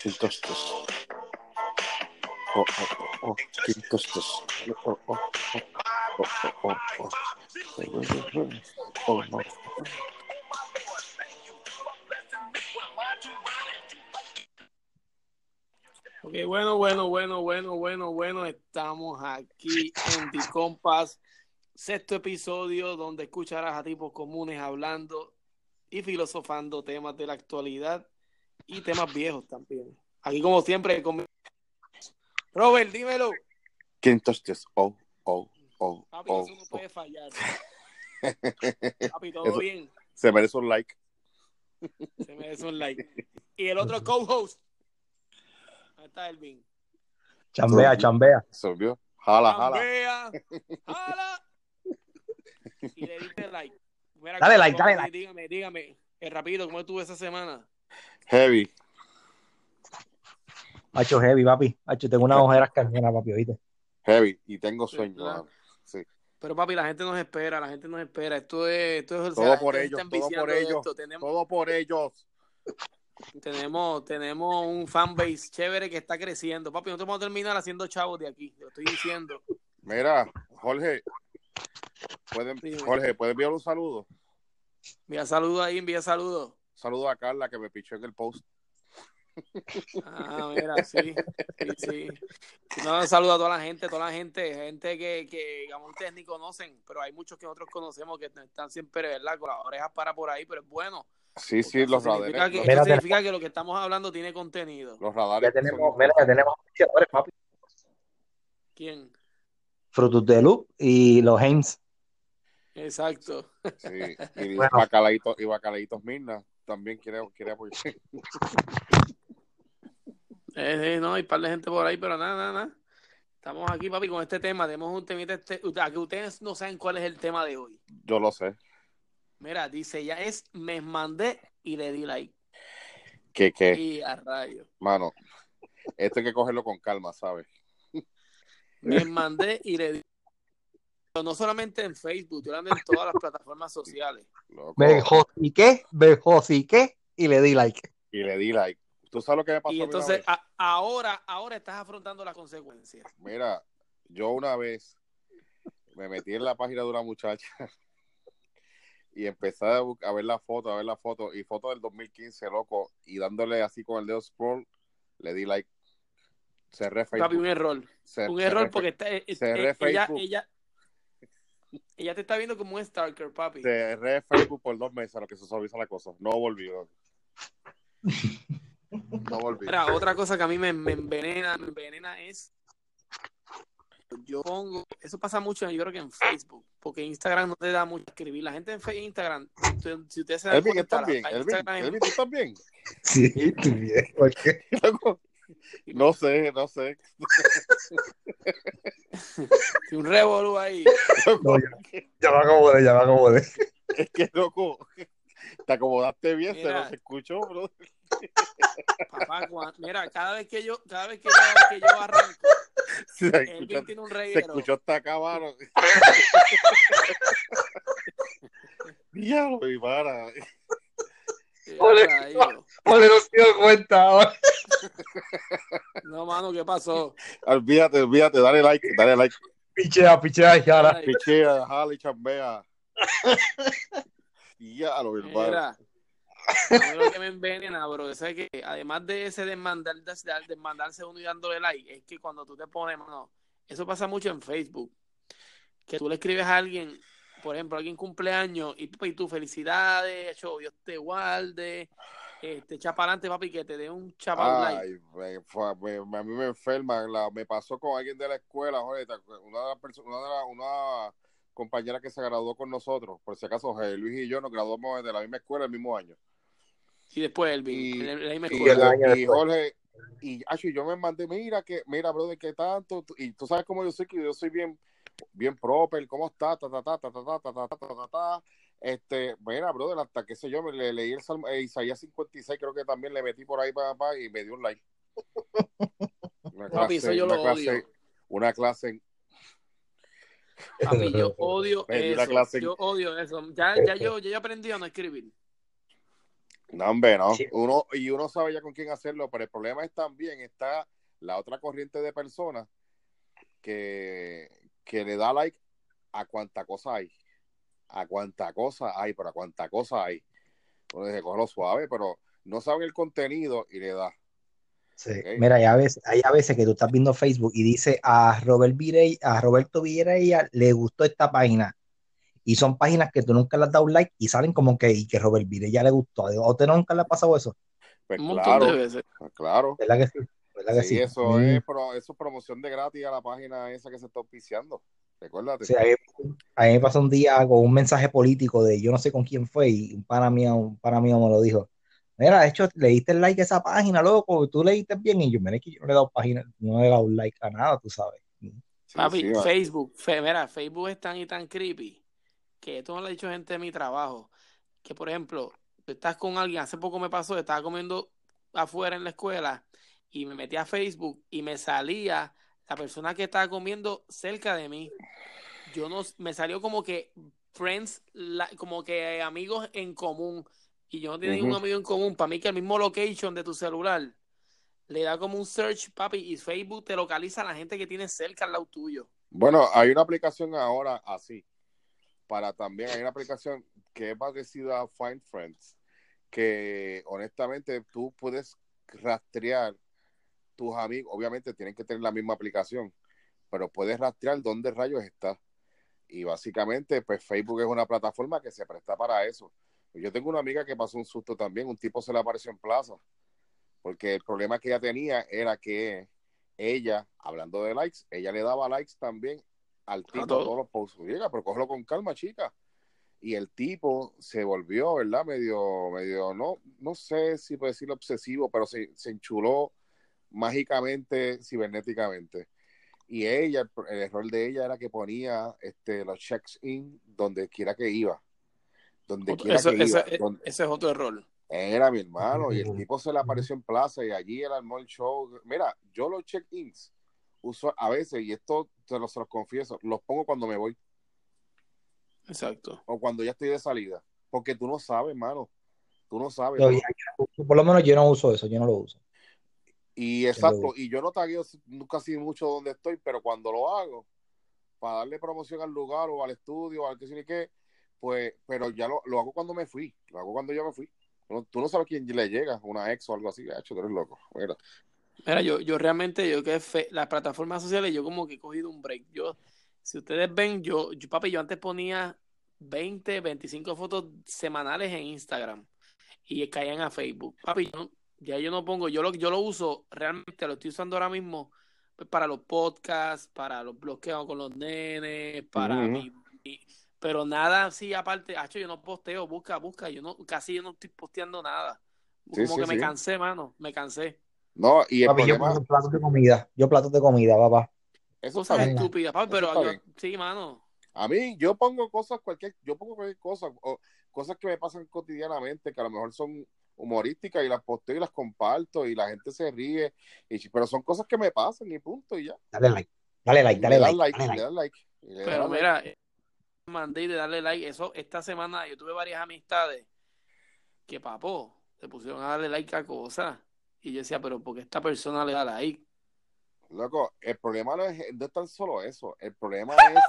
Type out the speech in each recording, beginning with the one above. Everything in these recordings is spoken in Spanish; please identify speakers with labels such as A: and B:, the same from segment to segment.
A: Chintostos. Oh, oh, oh, oh, chintostos. Oh, oh, oh, oh, oh, oh, oh. Oh, no.
B: Ok, bueno, bueno, bueno, bueno, bueno, bueno, estamos aquí en The Compass, sexto episodio donde escucharás a tipos comunes hablando y filosofando temas de la actualidad y temas viejos también. Aquí como siempre con... Robert, dímelo.
A: Chintostos. Oh, oh, oh,
B: Papi,
A: oh.
B: eso no
A: oh.
B: puede fallar. Papi, todo
A: Eso-
B: bien.
A: Se merece un like.
B: Se me des un like. Y el otro co-host. Ahí está Elvin.
A: Chambea,
C: Chambea, chambea.
A: Se olvidó. Jala, jala.
B: Cambia, jala. Y le diste like. Mira,
C: Dale
B: ¿cómo-
C: like,
B: cómo-
C: dale like.
B: Dígame, dígame. Eh, rapidito, ¿cómo estuvo esa semana?
A: Heavy.
C: Hacho heavy, papi. Hacho, tengo unas ojeras cañonas, papi, oíste.
A: Heavy. Y tengo
B: Sí,
A: sueño. ah.
B: claro.
A: mano. Sí.
B: Pero papi, la gente nos espera, la gente nos espera. Esto es, esto es o sea,
A: Todo
B: la
A: por
B: gente se está
A: ellos, todo
B: enviciando
A: por
B: de
A: ellos.
B: esto. Tenemos,
A: Todo por ellos.
B: tenemos, tenemos un fanbase chévere que está creciendo. Papi, nosotros vamos a terminar haciendo chavos de aquí. Lo estoy diciendo.
A: Mira, Jorge. ¿pueden,
B: Dime.
A: Jorge, ¿puedes enviar un saludo?
B: Envía saludos ahí, envía saludos.
A: Saludo a Carla que me pichó en el post.
B: Ah, mira, sí. sí, sí. No, saludo a toda la gente, toda la gente, gente que, que a ustedes ni conocen, pero hay muchos que nosotros conocemos que están siempre, ¿verdad? Con las orejas para por ahí, pero es bueno.
A: Sí, sí,
B: porque
A: los
B: eso significa,
A: radares.
B: que,
A: Los,
C: Mira,
B: eso significa que lo que estamos hablando tiene contenido.
A: los radares.
C: Ya tenemos, mira, ya tenemos auspiciadores, papi.
B: ¿Quién?
C: Frutos de Loop y los Hames.
B: Exacto.
A: Sí, y
C: Bueno.
A: Bacalaíto- y Bacalaítos Mirna también quiere, quiere apoyar.
B: Eh, eh, no, hay un par de gente por ahí, pero nada, nada, nada. Estamos aquí, papi, con este tema. Tenemos un temita, este, a que ustedes no saben cuál es el tema de hoy.
A: Yo lo sé.
B: Mira, dice, ya es, me mandé y le di like.
A: Que, que,
B: Y a rayo.
A: mano, esto hay que cogerlo con calma, ¿sabes?
B: me mandé y le di. Pero no solamente en Facebook, yo lo mando en todas las plataformas sociales.
A: Loco.
C: Me josiqué, me josiqué y le di like.
A: Y le di like. ¿Tú sabes lo que me pasó? a mí
B: Y
A: una
B: entonces
A: vez?
B: a- ahora, ahora estás afrontando las consecuencias.
A: Mira, yo una vez me metí en la página de una muchacha y empecé a, bu- a ver la foto, a ver la foto, y foto del 2015, loco, y dándole así con el dedo scroll, le di like. Cerré
B: Papi, un
A: Facebook.
B: error.
A: Cer-
B: Un
A: cerré
B: error
A: Fe-
B: porque está, eh, eh,
A: cerré
B: eh, ella,
A: Facebook.
B: ella, ella te está viendo como un Stalker, papi.
A: Cerré Facebook por dos meses, a lo que se suaviza la cosa. No volví. loco. No volví.
B: Mira, otra cosa que a mí me, me envenena, me envenena es. Yo pongo. Eso pasa mucho, yo creo que en Facebook. Porque Instagram no te da mucho escribir. La gente en Fe- Instagram, tú- si ustedes se dan
A: Elvin,
B: cuenta,
A: ¿estás bien?
B: la- la
A: Elvin,
B: Instagram es-
A: Elvin, ¿tú estás bien?
C: Sí, estoy bien. ¿Por qué?
A: Loco, No sé, no sé.
B: es un revolú ahí.
C: No, ya, ya me acomodé, ya me acomodé.
A: Es que, loco, te acomodaste bien, se
B: Mira.
A: nos escuchó, bro.
B: Papá, cua- mira, cada vez que yo, cada vez que yo, que yo arranco,
A: Se escuchó,
B: Elvin tiene un
A: se
B: reguero.
A: escuchó hasta acá, mano. Diablo, y para.
B: Eh,
C: Ole.
B: rayo.
C: Ole, no se dio cuenta ahora.
B: No, mano, ¿qué pasó?
A: Olvídate, olvídate, dale like, dale like.
C: Pichea, pichea, y ahora.
B: Ay,
A: Pichea, jale, chambea. Diablo, hermano.
B: Mira, a mí lo que me envenena, bro, es que además de ese desmandar, de- desmandarse uno y dándole like, es que cuando tú te pones, mano, eso pasa mucho en Facebook, que tú le escribes a alguien, por ejemplo, alguien cumpleaños, y, pues, y tú felicidades, cho, Dios te guarde, este, echa para adelante, papi, que te dé un chapa un like.
A: Ay, me- fue- me- me- a mí me enferma. la- me pasó con alguien de la escuela, joder, te acuer- una, de las perso- una, de la- una compañera que se graduó con nosotros. Por si acaso, José Luis y yo nos graduamos de la misma escuela el mismo año.
B: Y después Elvin,
A: Y-
B: en el- ahí me
A: Y,
C: el
B: escuela.
C: año
A: y
C: después.
A: Jorge, y acho, yo me mandé, mira, que, mira, brother, que tanto. tú- Y tú sabes cómo yo soy, que yo soy bien, bien proper, cómo está, ta, ta, ta, ta, ta, ta, ta, ta, ta, ta, ta. Este, mira, brother, hasta qué sé yo, me le, leí el Salmo, eh, Isaías 56, creo que también le metí por ahí para papá y me dio un like. Una
B: Papi, eso yo
A: una
B: lo
A: clase,
B: odio.
A: Una clase,
B: Papi, yo odio
A: Me dio la
B: eso.
A: clase.
B: Yo odio eso. Ya, ya yo, ya yo aprendí a no escribir.
A: No, hombre, no.
C: Sí.
A: Uno, y uno sabe ya con quién hacerlo, pero el problema es también está la otra corriente de personas que, que le da like a cuanta cosa hay. A cuanta cosa hay, pero a cuanta cosa hay. Uno dice, lo suave, pero no saben el contenido y le da.
C: Sí.
A: Ok.
C: Mira, hay a, veces, hay a veces que tú estás viendo Facebook y dice a Robert Virey, a Roberto Villarella le gustó esta página. Y son páginas que tú nunca le has dado like y salen como que, y que Robert Virella le gustó. ¿O te nunca le ha pasado eso?
A: Pues
B: Un montón
A: claro,
B: de veces.
A: pues claro.
C: ¿Verdad que sí? ¿Verdad que
A: Sí, eso
C: Mm.
A: es, pro- eso es promoción de gratis a la página esa que se está auspiciando. Recuérdate.
C: Sí, a, mí, eh, a mí me pasó un día con un mensaje político de yo no sé con quién fue y un pana mío, un pana mío me lo dijo. Mira, de hecho, le diste el like a esa página, loco, tú le diste bien y yo, mira, es que yo no le he dado página, no le he dado like a nada, tú sabes.
A: Sí,
B: Papi,
A: sí, va.
B: Facebook, fe- mira, Facebook es tan y tan creepy que esto me lo ha dicho gente de mi trabajo. Que por ejemplo, tú estás con alguien, hace poco me pasó, estaba comiendo afuera en la escuela y me metí a Facebook y me salía la persona que estaba comiendo cerca de mí. Yo no, me salió como que friends, la- como que amigos en común. Y yo no tenía
A: Ujú.
B: ningún amigo en común. Para mí que el mismo location de tu celular le da como un search, papi, y Facebook te localiza a la gente que tiene cerca al lado tuyo.
A: Bueno, hay una aplicación ahora así. Para también, hay una aplicación que es parecida a Find Friends, que honestamente tú puedes rastrear tus amigos. Obviamente tienen que tener la misma aplicación, pero puedes rastrear dónde rayos está. Y básicamente, pues Facebook es una plataforma que se presta para eso. Yo tengo una amiga que pasó un susto también, un tipo se le apareció en plaza, porque el problema que ella tenía era que ella, hablando de likes, ella le daba likes también al tipo, a
B: todo.
A: todos los posts. Llega, pero cógelo con calma, chica. Y el tipo se volvió, ¿verdad? Medio, medio, no, no sé si puedo decirlo obsesivo, pero se, se enchuló mágicamente, cibernéticamente. Y ella, el, el error de ella era que ponía este, los checks in donde quiera que iba. Donde
B: Otro-
A: quiera
B: eso-
A: que
B: eso-
A: iba.
B: eh,
A: donde-
B: Ese es otro error.
A: era mi hermano y el
C: Ujú.
A: tipo se le apareció en plaza y allí era el mall show. Mira, yo los check-ins uso a veces, y esto te lo, se los confieso, los pongo cuando me voy
B: Exacto.
A: o cuando ya estoy de salida. Porque tú no sabes, hermano. Tú no sabes.
C: Yo-
A: ¿no?
C: yo- por lo menos yo no uso eso, yo no lo uso.
A: Y exacto, y yo no tagueo casi mucho donde estoy, pero cuando lo hago, para darle promoción al lugar o al estudio, al que sí ni qué, pues, pero ya lo, lo hago cuando me fui, lo hago cuando yo me fui. Tú no, tú no sabes quién le llega, una ex o algo así, de hecho, tú eres loco. Mira.
B: Mira, yo, yo realmente, yo que fe- las plataformas sociales, yo como que he cogido un break. Yo, si ustedes ven, yo, yo, papi, yo antes ponía 20, 25 fotos semanales en Instagram y caían a Facebook. Papi, yo, ya yo no pongo, yo lo, yo lo uso, realmente lo estoy usando ahora mismo pues, para los podcasts, para los bloqueos con los nenes, para
A: Ujú.
B: mi- mi- pero nada así aparte, hacho, yo no posteo, busca, busca, yo no, casi yo no estoy posteando nada.
A: Sí,
B: como
A: sí,
B: que me
A: sí.
B: cansé, mano, me cansé.
A: No, y el
C: Papi, yo
A: problema,
C: pongo platos de comida, yo platos de comida, papá.
A: eso está
B: cosas
A: bien.
C: bien.
B: estúpidas, papi,
A: Eso
B: pero
A: está
B: yo,
A: bien.
B: sí, mano.
A: A mí, yo pongo cosas, cualquier, yo pongo cualquier cosa, o cosas que me pasan cotidianamente, que a lo mejor son humorísticas y las posteo y las comparto y la gente se ríe, y, pero son cosas que me pasan y punto y ya.
C: Dale like, dale like,
A: Y
C: dale
A: le das
C: like,
A: like,
C: dale
A: y le das
C: like.
A: like, y le
B: Pero
A: das like.
B: mira, eh, mandé y de darle like. Eso, esta semana yo tuve varias amistades que, papo, se pusieron a darle like a cosas. Y yo decía, pero ¿por qué esta persona le da like?
A: Eh, Loco, el problema no es, no es tan solo eso, el problema es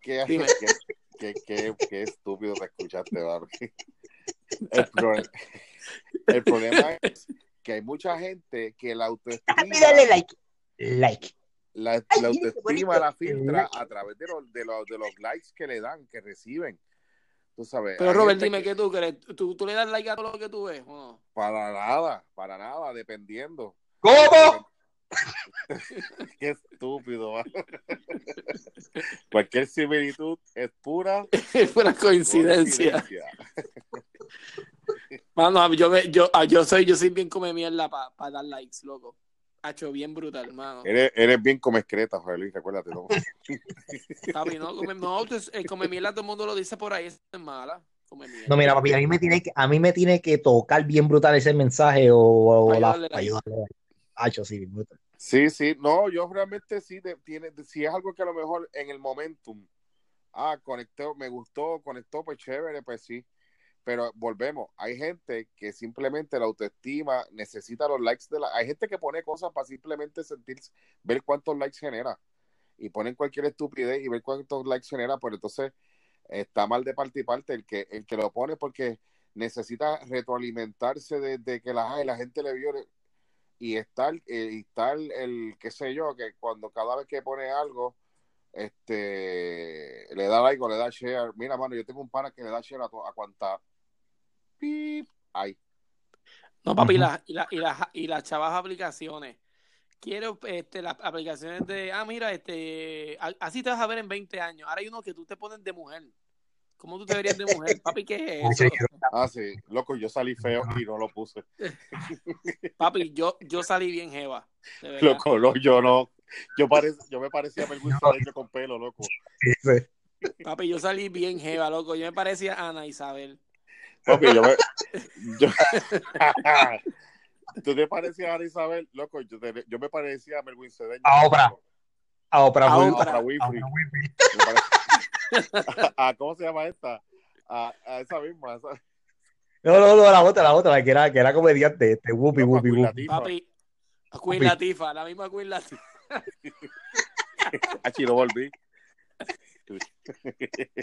A: que,
B: Dime.
A: que, que, que- que estúpido te escuchaste, Barbie. El, pro- el problema es que hay mucha gente que la
C: Papi,
A: autoestima...
C: dale like, like.
A: la, la
C: Ay, mira qué
A: autoestima
C: bonito.
A: la filtra a través de los, de, los, de los likes que le dan, que reciben. Tú sabes,
B: Pero
A: hay
B: Robert,
A: gente
B: dime
A: que-
B: qué tú crees. ¿Tú, tú le das like a todo lo que tú ves? o no?
A: para nada, para nada, dependiendo.
C: ¿Cómo?
A: Qué estúpido, mano. Cualquier similitud es pura
B: Fue una coincidencia.
A: coincidencia.
B: Mano, a mí- yo, me- yo, a- yo, soy, yo soy bien come mierda para dar likes, loco. Hacho, bien brutal, mano.
A: Eres, eres bien como excreta, José Luis, recuérdate. ¿no?
B: Papi, no, come, no, tú- eh, come mierda, todo el mundo lo dice por ahí, es mala. Come mierda.
C: No, mira, papi, a mí me tiene que, a mí me tiene que tocar bien brutal ese mensaje o, o
B: Para yo
C: la
B: darle
C: para yo darle like. Hacho, sí, bien brutal.
A: Sí, sí, no, yo realmente sí, de- tiene, si es algo que a lo mejor en el momentum, ah, conectó, me gustó, conectó, pues chévere, pues sí. Pero volvemos, hay gente que simplemente la autoestima necesita los likes de la... Hay gente que pone cosas para simplemente sentirse, ver cuántos likes genera. Y ponen cualquier estupidez y ver cuántos likes genera, pues entonces está mal de parte y parte el que, el que lo pone porque necesita retroalimentarse de, de que la, ay, la gente le vio y está, el, y está el, el, qué sé yo, que cuando cada vez que pone algo, este, le da like o le da share. Mira, mano, yo tengo un pana que le da share a, tu, a cuanta. Pip, ay.
B: No, papi, uh -huh. y, la, y, la, y, la, y las chavas aplicaciones. Quiero este, las aplicaciones de, ah, mira, este, así te vas a ver en 20 años. Ahora hay uno que tú te pones de mujer. ¿Cómo tú te verías de mujer? Papi, ¿qué es eso?
A: Ah, sí. Loco, yo salí feo y no lo puse.
B: Papi, yo, yo salí bien jeva.
A: Loco, no, yo no. Yo, parec yo me parecía vergüenza de con pelo, loco.
B: Papi, yo salí bien jeva, loco. Yo me parecía a Ana Isabel.
A: Papi, yo me... Yo... ¿Tú te parecías a Ana Isabel? Loco, yo, te... yo me parecía a Melvin Cedeño.
C: A Oprah. A Oprah,
A: a Oprah Winfrey. A Oprah Winfrey. a, Ah, ¿Cómo se llama esta? A, a esa misma. Esa.
C: No, no, no, la otra, la otra, la que era, que era comediante, este, Whoopi, no, Whoopi, Whoopi.
B: Papi, a Queen Latifa, la misma Queen Latifa.
A: Aquí lo volví.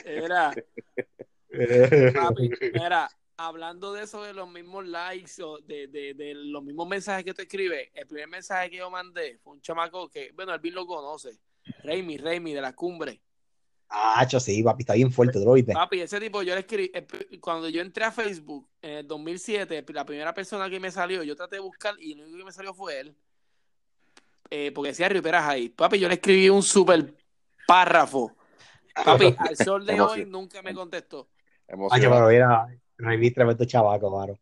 B: Era. Papi, era, hablando de eso, de los mismos likes, o de, de, de los mismos mensajes que tú escribes, el primer mensaje que yo mandé fue un chamaco que, bueno, Alvin lo conoce, Raimi, Raimi, de las cumbres.
C: Ah, yo sí, papi, está bien fuerte, droide.
B: Papi, ese tipo, yo le escribí, eh, cuando yo entré a Facebook en el 2007, la primera persona que me salió, yo traté de buscar y lo único que me salió fue él. Eh, porque decía Riperas ahí. Papi, yo le escribí un super párrafo. Papi, al sol de hoy nunca me contestó.
C: Ay, pero mira, Revit tremendo chavaco, mano.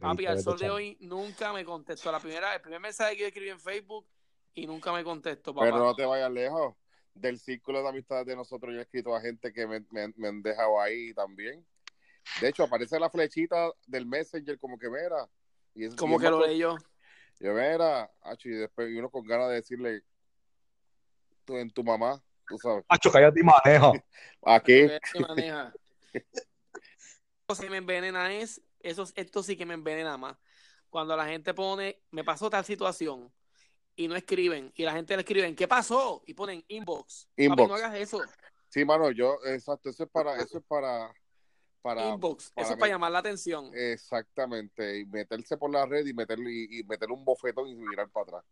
B: Papi, al sol de hoy nunca me contestó. La primera, el primer mensaje que yo escribí en Facebook y nunca me contestó, papá.
A: Pero no te vayas lejos del círculo de amistades de nosotros, yo he escrito a gente que me, me, me, han dejado ahí también. De hecho, aparece la flechita del Messenger como que mera.
B: Y es, como que lo con... leí yo.
A: Yo mera, acho, y después uno con ganas de decirle tú en tu mamá, tú sabes.
C: Acho, cállate y maneja.
A: Aquí.
B: Y maneja. Eso que me envenena es, eso, esto sí que me envenena más. Cuando la gente pone, me pasó tal situación, y no escriben. Y la gente le escriben, ¿qué pasó? Y ponen inbox.
A: Inbox. Papi,
B: no hagas eso.
A: Sí, mano, yo, exacto, eso es para, eso es para, para Eh,
B: inbox, para eso es para llamar la atención.
A: Exactamente, y meterse por la red y meterle, y, y meterle un bofetón y mirar para atrás.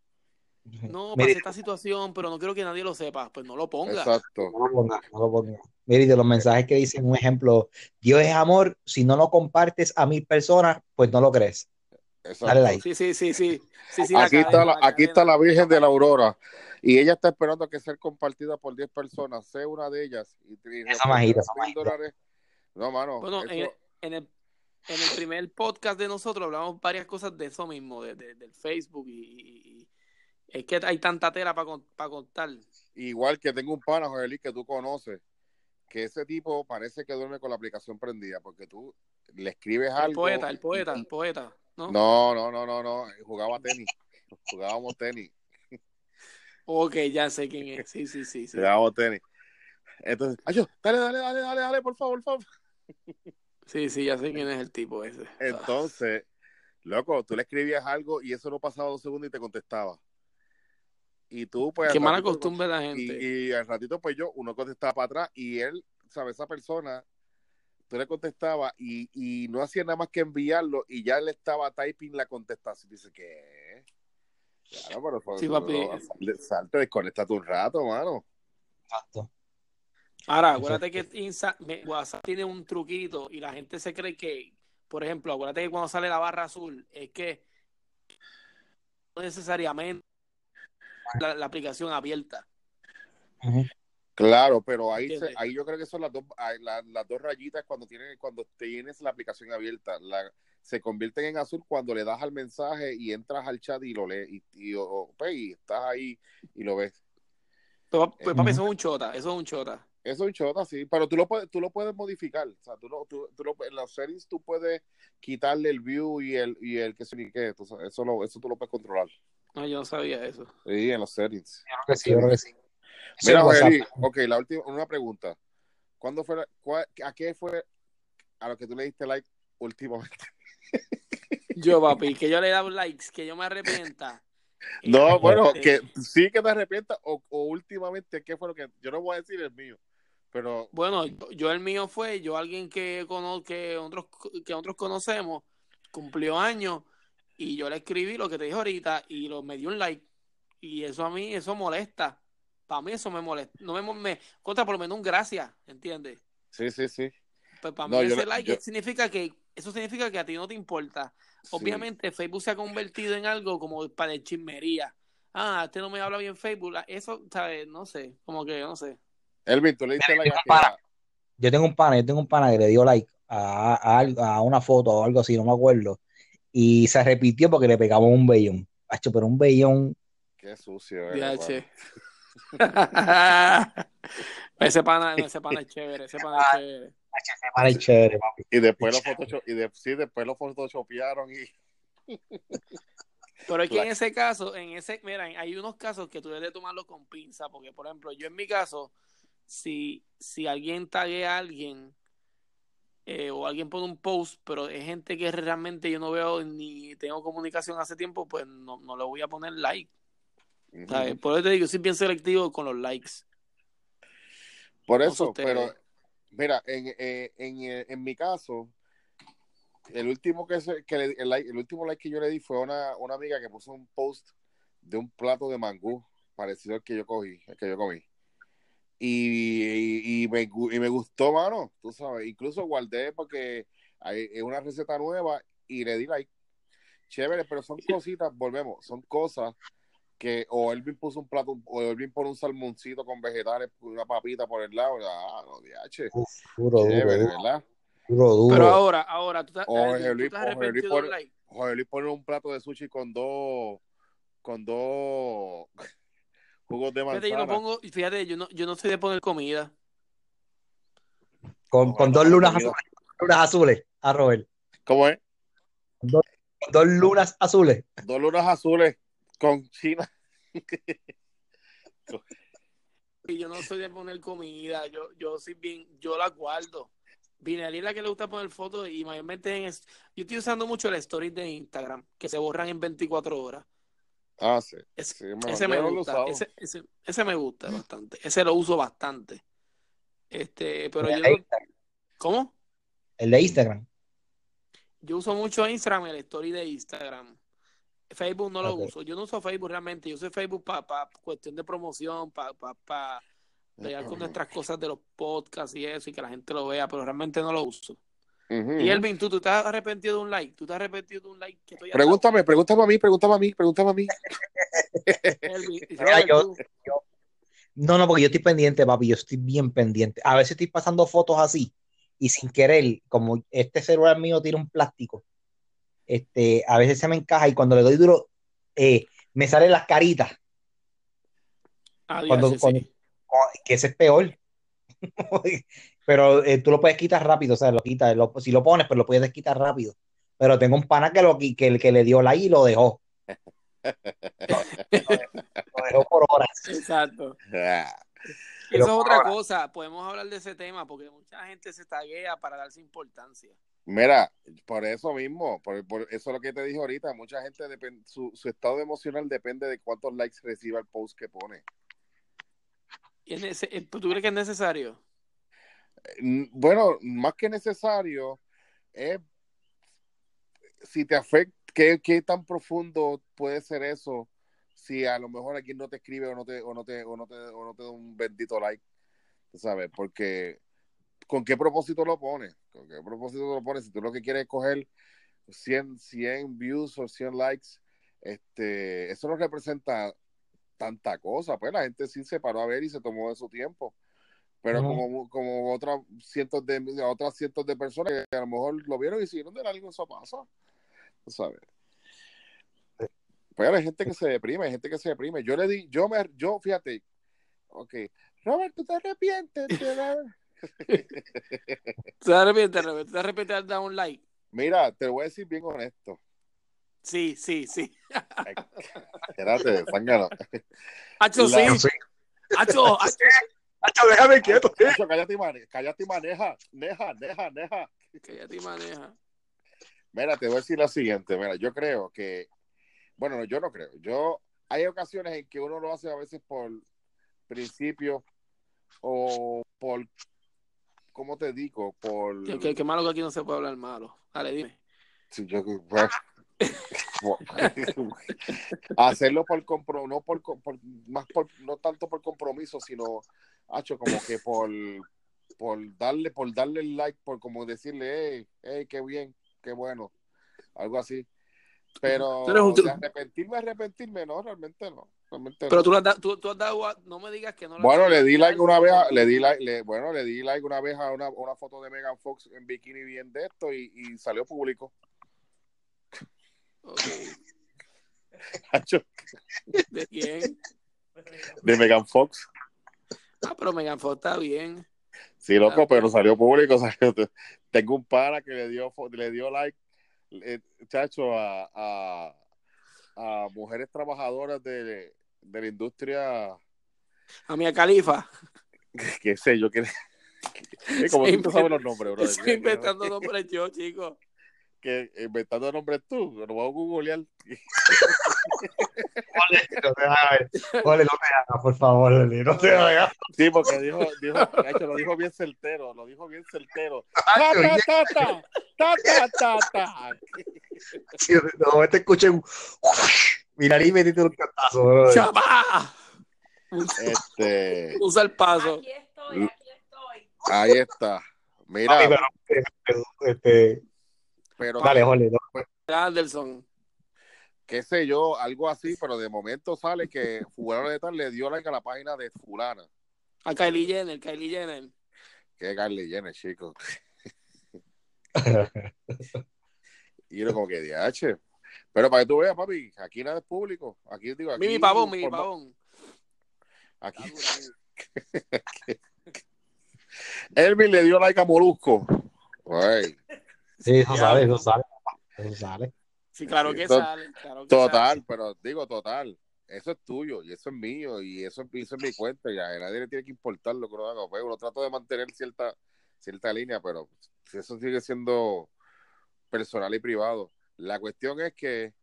B: No, pasé esta situación, pero no quiero que nadie lo sepa, pues no lo ponga.
A: Exacto.
C: No lo ponga, no lo ponga. Mire, de los mensajes que dicen, un ejemplo, Dios es amor, si no lo compartes a mil personas, pues no lo crees.
B: Like. Sí, sí, sí, sí. sí, sí
A: aquí, la cadena, está la, la aquí cadena. está la Virgen de la Aurora y ella está esperando que sea compartida por 10 personas. Sé una de ellas. Y, y
C: esa majita, dólares.
A: No, mano.
B: Bueno, eso... en, el, en, el, en, el, primer podcast de nosotros hablamos varias cosas de eso mismo, de, de, del Facebook y, y, es que hay tanta tela para pa contar.
A: Igual que tengo un pana, José Luis, que tú conoces, que ese tipo parece que duerme con la aplicación prendida porque tú le escribes
B: el
A: algo. El
B: poeta, el poeta, el poeta.
A: ¿No? ¿no? No, no, no, no, Jugaba tenis. Jugábamos tenis.
B: Ok, ya sé quién es. Sí, sí, sí. sí.
A: Jugábamos tenis. Entonces, ay, yo, dale, dale, dale, dale, dale, por favor, por favor.
B: Sí, sí, ya sé quién es el tipo ese.
A: Entonces, loco, tú le escribías algo y eso no pasaba dos segundos y te contestaba. Y tú, pues.
B: Qué mala ratito, costumbre la gente.
A: Y, y al ratito, pues yo, uno contestaba para atrás y él, ¿sabes? Esa persona tú le contestabas y, y, no hacía nada más que enviarlo y ya le estaba typing la contestación. Dice que. Claro, pero por,
B: sí, papi.
A: Salte, salte, desconectate un rato, mano.
C: Exacto.
B: Ahora, acuérdate que Insta, WhatsApp tiene un truquito y la gente se cree que, por ejemplo, acuérdate que cuando sale la barra azul, es que no necesariamente la, la aplicación abierta.
A: Uh -huh. Claro, pero ahí, se, ahí yo creo que son las dos, las, las dos rayitas cuando tienes, cuando tienes la aplicación abierta. La, se convierten en azul cuando le das al mensaje y entras al chat y lo lees y, y, o, pues, y estás ahí y lo ves.
B: Pues, eh, papi, eso es un chota, eso es un chota.
A: Eso es un chota, sí, pero tú lo puedes, tú lo puedes modificar. O sea, tú, lo, tú, tú lo, en los settings tú puedes quitarle el view y el, y el que se ni qué. Entonces, eso, lo, eso tú lo puedes controlar.
B: No, yo no sabía eso.
A: Sí, en los settings.
C: Yo creo que sí, yo creo que sí.
A: Mira, José, ok, la última, una pregunta. ¿Cuándo fue, la, cua, a qué fue a lo que tú le diste like últimamente.
B: Yo, papi, que yo le he dado likes, que yo me arrepienta.
A: No,
B: Eh,
A: bueno,
B: eh,
A: que sí que te arrepientas o, o últimamente, ¿qué fue lo que...? Yo no voy a decir el mío, pero
B: Bueno, yo, yo el mío fue, yo alguien que, cono- que, otros, que otros conocemos, cumplió años y yo le escribí lo que te dije ahorita y lo, me dio un like. Y eso a mí, eso molesta. Para mí eso me molesta. No me, mo- me contra por lo menos un gracias, ¿entiendes?
A: sí, sí, sí.
B: Pues para
A: No,
B: mí
A: yo
B: ese
A: no-
B: like
A: yo-
B: significa que, eso significa que a ti no te importa.
A: sí.
B: Obviamente Facebook se ha convertido en algo como para de chismería. Ah, este no me habla bien Facebook. la- Eso, ¿sabes? No sé, como que, no sé.
A: Elvin, tú le diste like a que-
C: para. Yo tengo un pana, yo tengo un pana que le dio like a, a algo- a una foto o algo así, no me acuerdo. Y se repitió porque le pegamos un bellón. Hacho, pero un bellón.
A: Qué sucio eres,
B: Ya,
A: mano.
B: che. ese pana, no, ese pana es chévere, ese pana es chévere.
C: Hacho, ese pana es chévere, papi.
A: Y después lo photoshop, y de- sí, después lo photoshopearon y...
B: Pero es que
A: La-
B: en ese caso, en ese, mira, hay unos casos que tú debes de tomarlo con pinza, porque por ejemplo, yo en mi caso, si, si alguien taguea a alguien eh, o alguien pone un post, pero es gente que realmente yo no veo ni tengo comunicación hace tiempo, pues no, no le voy a poner like.
A: Ujú.
B: ¿sabes? Por eso te digo, yo soy bien selectivo con los likes.
A: Por
B: No
A: eso,
B: sé ustedes.
A: pero mira, en, eh, en, eh, en mi caso, el último que, se- que le- el, like- el último like que yo le di fue a una, una amiga que puso un post de un plato de mangú parecido al que yo cogí, al que yo comí. Y, y- y me, gu- y me gustó, mano, tú sabes. Incluso guardé porque hay, es una receta nueva y le di like. Chévere, pero son cositas, volvemos, son cosas que o Elvin puso un plato, o Elvin pone un salmoncito con vegetales, una papita por el lado, ah, no, diache,
C: Uf, duro, duro,
A: chévere,
C: duro,
A: ¿verdad?
C: duro, duro.
B: Pero ahora, ahora, tú estás,
A: Ojo,
B: Daniel, tú
A: Uh. Luis,
B: estás
A: ojo, Luis,
B: arrepentido de
A: por-
B: un like.
A: Joder, Elvin pone un plato de sushi con dos, con dos jugos de
B: Fíjate, yo no
A: manzana.
B: pongo, fíjate, yo no, yo no soy de poner comida.
C: con,
A: Ojo,
C: con
A: no,
C: dos lunas
A: comida.
C: azules, lunas azules, a Robert.
A: ¿Cómo es?
C: Con dos, con dos lunas azules.
A: Dos lunas azules con China.
B: Y yo no soy de poner comida, yo, yo soy bien, yo la guardo. Vinería es la que le gusta poner fotos y mayormente en es- yo estoy usando mucho el story de Instagram, que se borran en 24 horas.
A: Ah, sí.
B: Es-
A: sí, mano,
B: ese
A: yo
B: me
A: no lo he
B: gusta,
A: usado.
B: ese, ese, ese me gusta bastante, ese lo uso bastante. Este, pero yo
C: El,
B: no,
C: de Instagram,
B: ¿cómo?
C: el de Instagram.
B: Yo uso mucho Instagram, el story de Instagram. Facebook no lo
C: Ok.
B: uso. Yo no uso Facebook realmente. Yo uso Facebook para cuestión de promoción, para pa, pa bregar con nuestras cosas de los podcasts y eso, y que la gente lo vea, pero realmente no lo uso.
A: Ujú.
B: Y Elvin, ¿tú, tú estás arrepentido de un like. Tú estás arrepentido de un like que estoy
A: Pregúntame, pregúntame a mí, pregúntame a mí, pregúntame a mí.
B: Elvin,
C: Mira,
B: Robert,
C: yo-
B: tú.
C: No, no, porque yo estoy pendiente, papi, yo estoy bien pendiente. A veces estoy pasando fotos así y sin querer, como este celular mío tiene un plástico, este, a veces se me encaja y cuando le doy duro, eh, me salen las caritas,
B: Adiós,
C: Cuando-
B: sí, sí.
C: cuando- que ese Oh, es peor. Pero eh, tú lo puedes quitar rápido, o sea, lo quitas, lo- si lo pones, pero lo puedes quitar rápido. Pero tengo un pana que, lo, qui- que, que le dio like y lo dejó, lo dejó por horas.
B: Exacto.
A: Ah,
B: Eso
C: Pero
B: es otra
C: ahora-
B: cosa. Podemos hablar de ese tema porque mucha gente se taguea para darse importancia.
A: Mira, por eso mismo, por, por eso es lo que te dije ahorita, mucha gente, depen- su, su estado emocional depende de cuántos likes reciba el post que pone.
B: Y es nece- eh, ¿Tú crees que es necesario?
A: Mm, Bueno, más que necesario, es si te afecta, ¿qué, qué tan profundo puede ser eso si a lo mejor alguien no te escribe o no te, o no te, o no te, o no te da un bendito like, tú ¿sabes? Porque, ¿con qué propósito lo pones? ¿Con qué propósito lo pones? Si tú lo que quieres es coger 100, 100 views o 100 likes, este, eso no representa tanta cosa, pues la gente sí se paró a ver y se tomó de su tiempo. Pero
C: Ujú.
A: como, como otras cientos de otras cientos de personas que a lo mejor lo vieron y siguieron de largo, eso pasa. tú ¿Sabes? Pero hay gente que se deprime, hay gente que se deprime. Yo le di, yo me, yo, fíjate, ok, Robert, ¿tú te arrepientes? de haber-
B: ¿Tú te arrepientes, Robert? ¿Tú te arrepientes de dar un like?
A: Mira, te lo voy a decir bien honesto.
B: Sí, sí, sí.
A: Espérate, zángano.
B: Hacho, sí.
A: La-
B: Hacho, hacho.
C: Hacho, déjame quieto. ¿eh?
A: Nacho, Cállate y maneja, cállate y maneja, neja, neja, neja.
B: Que ya te maneja.
A: Mira, te voy a decir la siguiente. Mira, yo creo que, bueno, no, yo no creo. Yo, hay ocasiones en que uno lo hace a veces por principio o por, ¿cómo te digo? Por,
B: Qué, qué- qué malo que aquí no se puede hablar malo. Dale, dime.
A: Sí, yo- hacerlo por compromiso, no por, com- por- más por, no tanto por compromiso, sino, hacho, como que por, por darle, por darle el like, por como decirle, hey, hey, qué bien, qué bueno, algo así. Pero
B: Tú eres un-
A: de arrepentirme, arrepentirme, no, realmente no, realmente no.
B: Pero tú, lo has da- tú, tú has dado, a- no me digas que no.
A: Bueno, le di like una vez, a- le di like, le- bueno, le di like una vez a una, una foto de Megan Fox en bikini bien de esto y, y salió público.
B: Ok.
A: Hacho,
B: ¿De quién?
A: De Megan Fox.
B: Ah, pero Megan Fox está bien.
A: Sí,
B: Ah.
A: loco, pero salió público. salió- Tengo un pana que le dio, fo- le dio like, eh, chacho, a, a, a mujeres trabajadoras de, de la industria,
B: A Mia Califa.
A: qué sé yo, que, que- como tú
B: Estoy
A: no sabes los nombres, bro.
B: Estoy inventando nombres yo, chico.
A: Que, inventando nombres tú, lo voy a googlear.
C: Ole, no te hagas, Ole, no te hagas, por favor, Ole, no te hagas.
A: Sí, porque dijo, dijo, hecho, lo dijo bien certero, lo dijo bien certero. Ta,
C: Nacho,
A: ta, ta, ta, ta, ta, ta, ta.
C: sí, No, te escuché un... Mira, y metiste un cantazo, bro.
B: ¡Chapa!
A: Este,
B: Usa el paso.
D: Aquí estoy, aquí estoy.
A: ahí está. Mira,
C: Papi, pero, eh, este,
A: pero
C: dale, Ole, no.
B: Anderson.
A: qué sé yo, algo así, pero de momento sale que fulano de tal le dio like a la página de fulana,
B: A Kylie Jenner, Kylie Jenner.
A: que es Carly Jenner, chicos. Y yo como que DH. Pero para que tú veas, papi, aquí nada es público. Aquí digo, aquí,
B: Mimi Pavón,
A: por
B: Mimi
A: más-
B: Pavón.
A: Aquí. Elvin le dio like a Molusco. Ay,
C: Sí, eso sale, eso sale. Eso sale.
B: Sí, claro que
A: Tot-
B: sale. claro que
A: total, pero digo total. Eso es tuyo y eso es mío y eso, eso es mi cuenta. Y a nadie le tiene que importar lo que uno haga. pues, uno trato de mantener cierta, cierta línea, pero eso sigue siendo personal y privado. La cuestión es que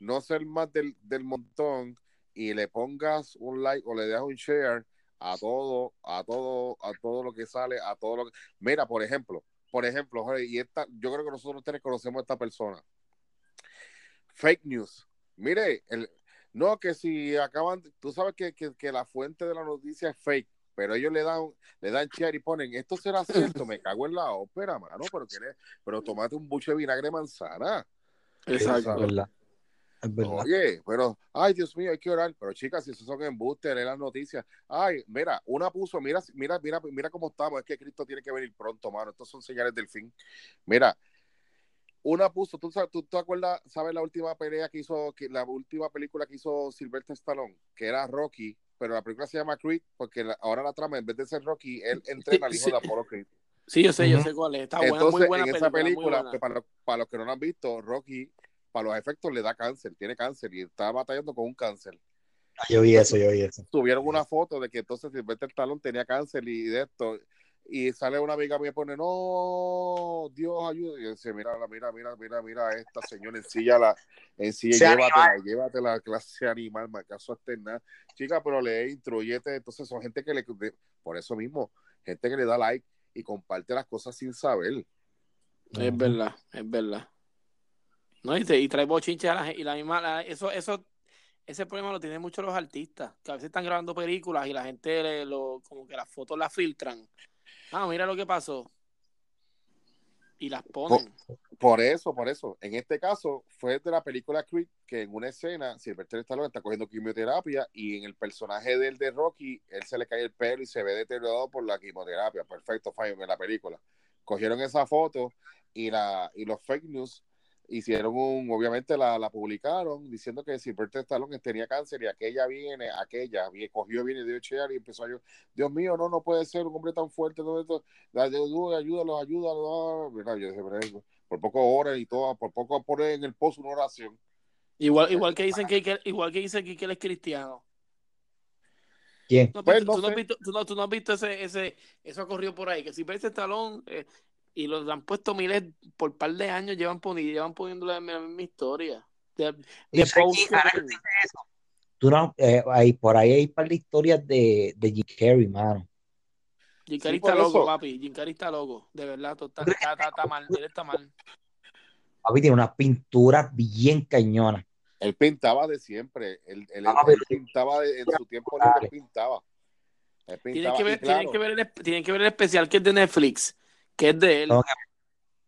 A: no ser más del, del montón y le pongas un like o le dejas un share a todo, a todo, a todo lo que sale, a todo lo que... Mira, por ejemplo, por ejemplo, Jorge, y esta, yo creo que nosotros tres conocemos a esta persona. Fake news. Mire, el, no, que si acaban, tú sabes que, que- que la fuente de la noticia es fake, pero ellos le dan, le dan share y ponen, esto será cierto, me cago en la ópera, mano, pero que le- pero tomate un buche de vinagre de manzana.
B: sale.
C: Es
B: Exacto.
C: verdad. Es verdad.
A: Oye, pero, ay, Dios mío, hay que orar. Pero chicas, si esos son embustes, leen las noticias. Ay, mira, una puso, mira, mira, mira, mira cómo estamos. Es que Cristo tiene que venir pronto, mano. Estos son señales del fin. Mira, una puso, tú, sabes- tú te acuerdas, ¿sabes la última pelea que hizo, que, la última película que hizo Sylvester Stallone? Que era Rocky, pero la película se llama Creed, porque la- ahora la trama, en vez de ser Rocky, él entrena al hijo
B: sí.
A: de Apolo Creed.
B: Sí, yo sé, yo
C: Ujú.
B: sé cuál es. Está Ah, buena,
A: Entonces,
B: muy buena
A: en esa
B: muy
A: película,
B: buena.
A: pues, para, los, para los que no la han visto, Rocky, para los efectos, le da cáncer, tiene cáncer y está batallando con un cáncer.
C: Ah, Yo vi eso, yo vi eso.
A: Tuvieron una foto de que entonces Sylvester Stallone tenía cáncer y de esto. Y sale una amiga mía y pone, no, Dios ayuda. Y yo dice, mira, mira, mira, mira, mira, a esta señora ensilla la, ensilla,
C: Se
A: llévatela, llévatela, clase animal, marcazo externa. Chica, pero le intruyete, entonces son gente que le, por eso mismo, gente que le da like y comparte las cosas sin saber.
B: Es verdad, es verdad. No, y, te- y trae bochinche a la gente. Y la misma, la- eso, eso, ese problema lo tienen muchos los artistas, que a veces están grabando películas y la gente le- lo, como que las fotos las filtran. Ah, mira lo que pasó. Y las ponen.
A: Por eso, por eso. En este caso, fue de la película Creed que en una escena Sylvester Stallone está cogiendo quimioterapia y en el personaje del de Rocky, él se le cae el pelo y se ve deteriorado por la quimioterapia. Perfecto, fine, en la película. Cogieron esa foto y, la, y los fake news hicieron un, obviamente la, la publicaron diciendo que Sylvester Stallone tenía cáncer y aquella viene, aquella, vi- cogió, viene, dio chear y empezó a llorar. Dios mío, no, no puede ser un hombre tan fuerte, no, esto, la- ayúdalo, ayúdalo, ayúdalo. Mira, yo dije, "Pero, por poco horas y todo, por poco poner en el post una oración.
B: Igual, igual que dicen que, que- igual que dicen que, que él es cristiano.
C: ¿Quién?
B: No,
A: Pues,
B: pero
A: no
B: tú, no has
A: sé.
B: visto, tú no- tú no has visto ese, ese, eso ha corrido por ahí, que si ves ese talón, eh, y los han puesto miles por par de años, llevan, poni- llevan poniéndole la misma historia. De,
C: Y
B: de
C: sé que-
B: post-
C: ahora que dices eso, tú no, eh, hay, por ahí hay un par de historias de, de Jim Carrey, mano.
B: Jim
A: Sí,
B: Carrey
A: por
B: está loco,
A: eso.
B: papi. Jim Carrey está loco. De verdad, to- está, está, está- está mal. Él está mal.
C: Papi tiene unas pinturas bien cañonas.
A: Él pintaba de siempre. Él, él-
C: Ah,
A: él
C: pero- Ah,
A: pintaba de- en su tiempo libre, él pintaba. Él
B: Tienen
A: pintaba.
B: que, ver,
A: y claro,
B: tienen, que ver el, esp- tienen que ver el especial que es de Netflix, que es de él.
C: No.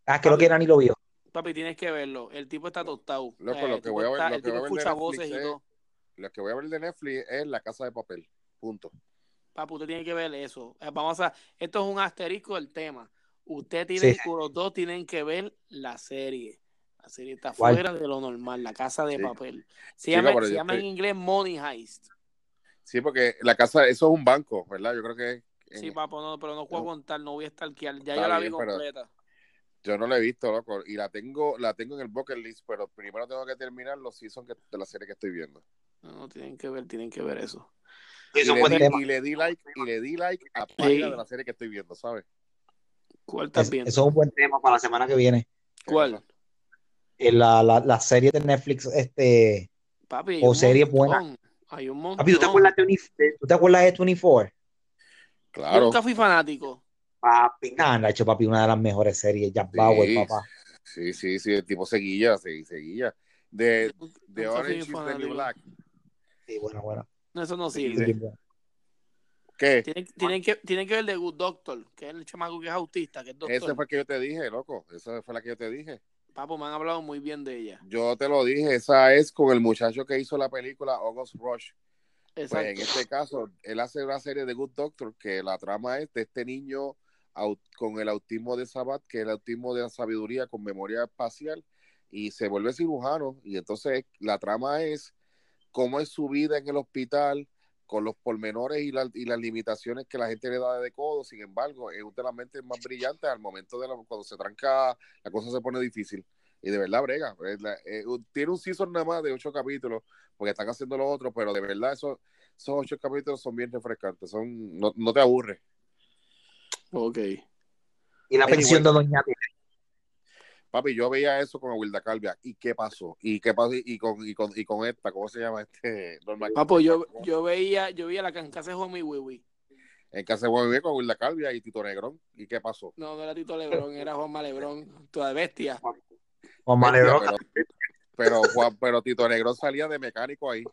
C: Ah, creo que era ni lo vio.
B: Papi, tienes que verlo. El tipo está tostado.
A: Loco,
B: Eh, el
A: lo que
B: tipo
A: voy a ver-
B: está-
A: lo
B: el
A: que
B: tipo
A: voy a ver de
B: escucha
A: Netflix
B: voces y
A: es-
B: todo.
A: lo que voy a ver de Netflix es La Casa de Papel. Punto.
B: Papi, usted tiene que ver eso. Eh, Vamos a. Esto es un asterisco del tema. Usted
C: Sí.
B: tiene, los dos tienen que ver la serie. La serie está
C: ¿Cuál?
B: fuera de lo normal, la casa de
A: Sí.
B: papel. Se
A: Chico,
B: llama,
A: pero
B: se
A: yo
B: llama en
A: estoy-
B: inglés Money Heist.
A: Sí, porque la casa, eso es un banco, ¿verdad? Yo creo que en-
B: Sí, papo, no, pero no puedo
A: No.
B: contar, no voy a stalkear. Ya
A: Está
B: yo la vi
A: bien, pero-
B: completa.
A: yo no la he visto, loco. Y la tengo, la tengo en el bucket list, pero primero tengo que terminar los seasons que- de la serie que estoy viendo.
B: No, no, tienen que ver, tienen que ver eso.
A: Y
C: Es un
A: le,
C: buen
A: di,
C: tema.
A: y le di like, y le di like a la página de la serie que estoy viendo, ¿sabes?
B: ¿Cuál
C: Es-
B: estás viendo?
C: eso es un buen tema para la semana que viene.
B: ¿Cuál?
C: Eh, La, la, la serie de Netflix, este.
B: Papi, hay
C: O
B: un
C: serie
B: montón.
C: buena.
B: Hay un montón.
C: Papi, ¿tú te acuerdas de, 20 ¿tú te acuerdas de 24?
B: Yo
A: Claro.
B: nunca fui fanático.
C: Papi, nada, han hecho papi una Ah, de las mejores series, Jack Bauer,
A: Sí.
C: papá.
A: Sí, sí, sí, el tipo seguía, sí, seguía. De,
B: Yo nunca
A: de
B: fui
A: Orange is the
B: fanático.
A: New Black.
C: Sí, bueno, bueno.
B: No, eso no
A: Sí,
B: sirve.
A: sí. ¿Qué?
B: Tienen, tienen que, tienen que ver de Good Doctor, que es el chamaco que es autista, que es doctor.
A: Esa fue la que yo te dije, loco. Esa fue la que yo te dije.
B: Papo, me han hablado muy bien de ella.
A: Yo te lo dije, esa es con el muchacho que hizo la película August Rush. Pues en
B: Exacto.
A: este caso, él hace una serie de Good Doctor que la trama es de este niño au- con el autismo de Sabat, que es el autismo de la sabiduría con memoria espacial, y se vuelve cirujano. Y entonces la trama es cómo es su vida en el hospital, con los pormenores y, la- y las limitaciones que la gente le da de codo. Sin embargo, es una de las mentes más brillantes al momento de la- cuando se tranca, la cosa se pone difícil. Y de verdad, brega. es la- eh, un- tiene un season nada más de ocho capítulos, porque están haciendo los otros, pero de verdad, eso, esos ocho capítulos son bien refrescantes, son, no, no te aburres.
B: Ok.
C: Y la
A: Anyway.
C: pensión de Doña Tere.
A: Papi, yo veía eso con Wilda Calvia. ¿Y qué pasó? ¿Y qué pasó? ¿Y con, y con, y con esta? ¿Cómo se llama este? Norma-
B: Papo, yo, yo veía, yo veía la cancasa de Homie Wiwi.
A: En casa de Buen Vivir con Wilda Calvia y Tito Negrón. ¿Y qué pasó?
B: No, no era Tito Lebrón, era Juan Malebrón, toda bestia.
C: Juan Manuel
A: Bestia,
C: Roca.
A: pero, pero Juan, pero Tito Negrón salía de mecánico ahí.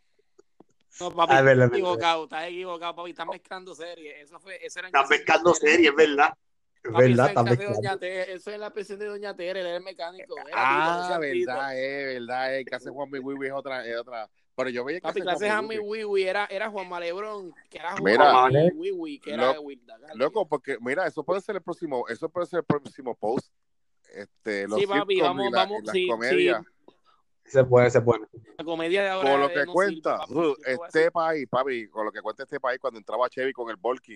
B: No, papi,
C: Ah, es verdad,
B: estás
C: es verdad.
B: equivocado, estás equivocado, papi, están mezclando series. Eso fue, eso era en
C: Están
B: casa de
C: pescando
B: Doña Tere.
C: series, ¿verdad? Es
B: Papi,
C: verdad,
B: eso,
C: están
B: es en casa de
C: pescando.
B: Doña Tere, eso es la presión de Doña Tere, él era el mecánico. Era
A: Ah,
B: Tito, decía Tito.
A: verdad, es verdad. Es. Casa de Juan Miguel es otra, es otra. Pero yo veía
B: Papi,
A: Casa de
B: clases a
A: Juan
B: mi
A: Miguel.
B: Wiwi era, era Juan Malebrón, que era Juan
A: Mira,
C: Male-
B: Wiwi, que
A: lo-
B: era de Wilda. Galvia.
A: Loco, porque mira, eso puede ser el próximo, eso puede ser el próximo post. Este, los
B: Sí, papi,
A: sitcom
B: vamos-
A: y la-
B: vamos,
A: y las
B: sí,
A: comedias.
C: Se puede, se puede.
B: La comedia de ahora.
A: Con lo
B: eh,
A: que
B: no
A: cuenta
B: sirve, papi.
A: uh,
B: Yo te voy a
A: este país, papi, con lo que cuenta este país cuando entraba Chevy con el Volky.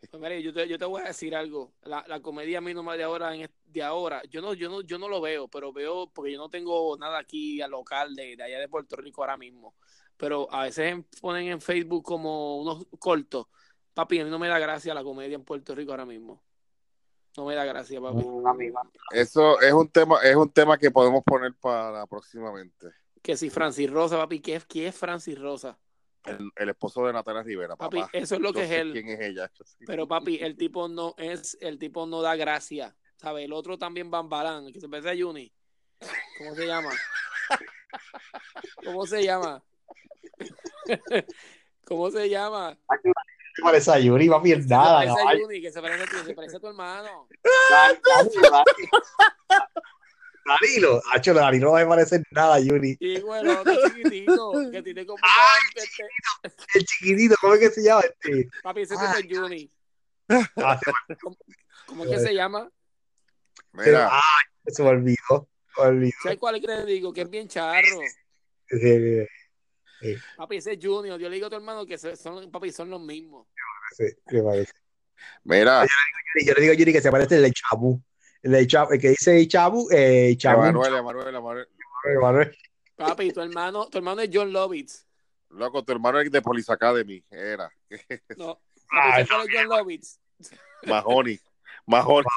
B: decir- pues, mire, yo, te, yo te voy a decir algo. La, la comedia a mí no me de ahora, en, est- de ahora. Yo no, yo no, yo no lo veo, pero veo porque yo no tengo nada aquí al local de, de allá de Puerto Rico ahora mismo. Pero a veces en- ponen en Facebook como unos cortos. Papi, a mí no me da gracia la comedia en Puerto Rico ahora mismo. No me da gracia, papi.
A: Eso es un tema, es un tema que podemos poner para próximamente.
B: Que si Francis Rosa, papi, ¿qué es, qué es Francis Rosa?
A: El, el esposo de Natalia Rivera,
B: Papi,
A: papá.
B: eso es lo
A: Yo
B: que es
A: sé
B: él.
A: ¿Quién es ella?
B: Pero papi, el tipo no es, el tipo no da gracia. ¿Sabes? El otro también Bambalán, el que se parece a Juni. ¿Cómo se llama? ¿Cómo se llama? ¿Cómo se llama?
C: Se parece a Yuri, papi,
B: Que
C: es nada.
B: se
C: no,
B: parece a
C: ay,
B: Juni, que se parece a ti, que se parece a tu hermano.
C: Danilo, Danilo. Danilo, hacho, Danilo no me parece nada a Yuri.
B: Chico, el otro chiquitito, que tiene como un este-
C: El chiquitito, ¿cómo es que se llama este?
B: Papi, ese tipo es Juni.
C: Ah,
B: ¿Cómo es que se llama?
C: se,
A: Mira,
C: ay, se me olvidó. Se me olvidó.
B: ¿Sabes cuál es que te digo? Que es bien charro.
C: Sí, sí,
B: Papi, ese es Junior. Yo le digo a tu hermano que se- son, papi, son los mismos.
C: sí, se parece.
A: mira,
C: Y Yo le digo a Yuri que se parece al de Chabu. El de Chabu, el que dice Chabu, eh, Chabu.
A: Emanuel, Emanuel, Emanuel.
C: Emanuel.
B: Papi, tu hermano, tu hermano es John Lovitz.
A: Loco, tu hermano es de Police Academy, era.
B: No.
C: Ay,
B: ¿Sabes cuál es John Lovitz?
A: Mahoney. Majores.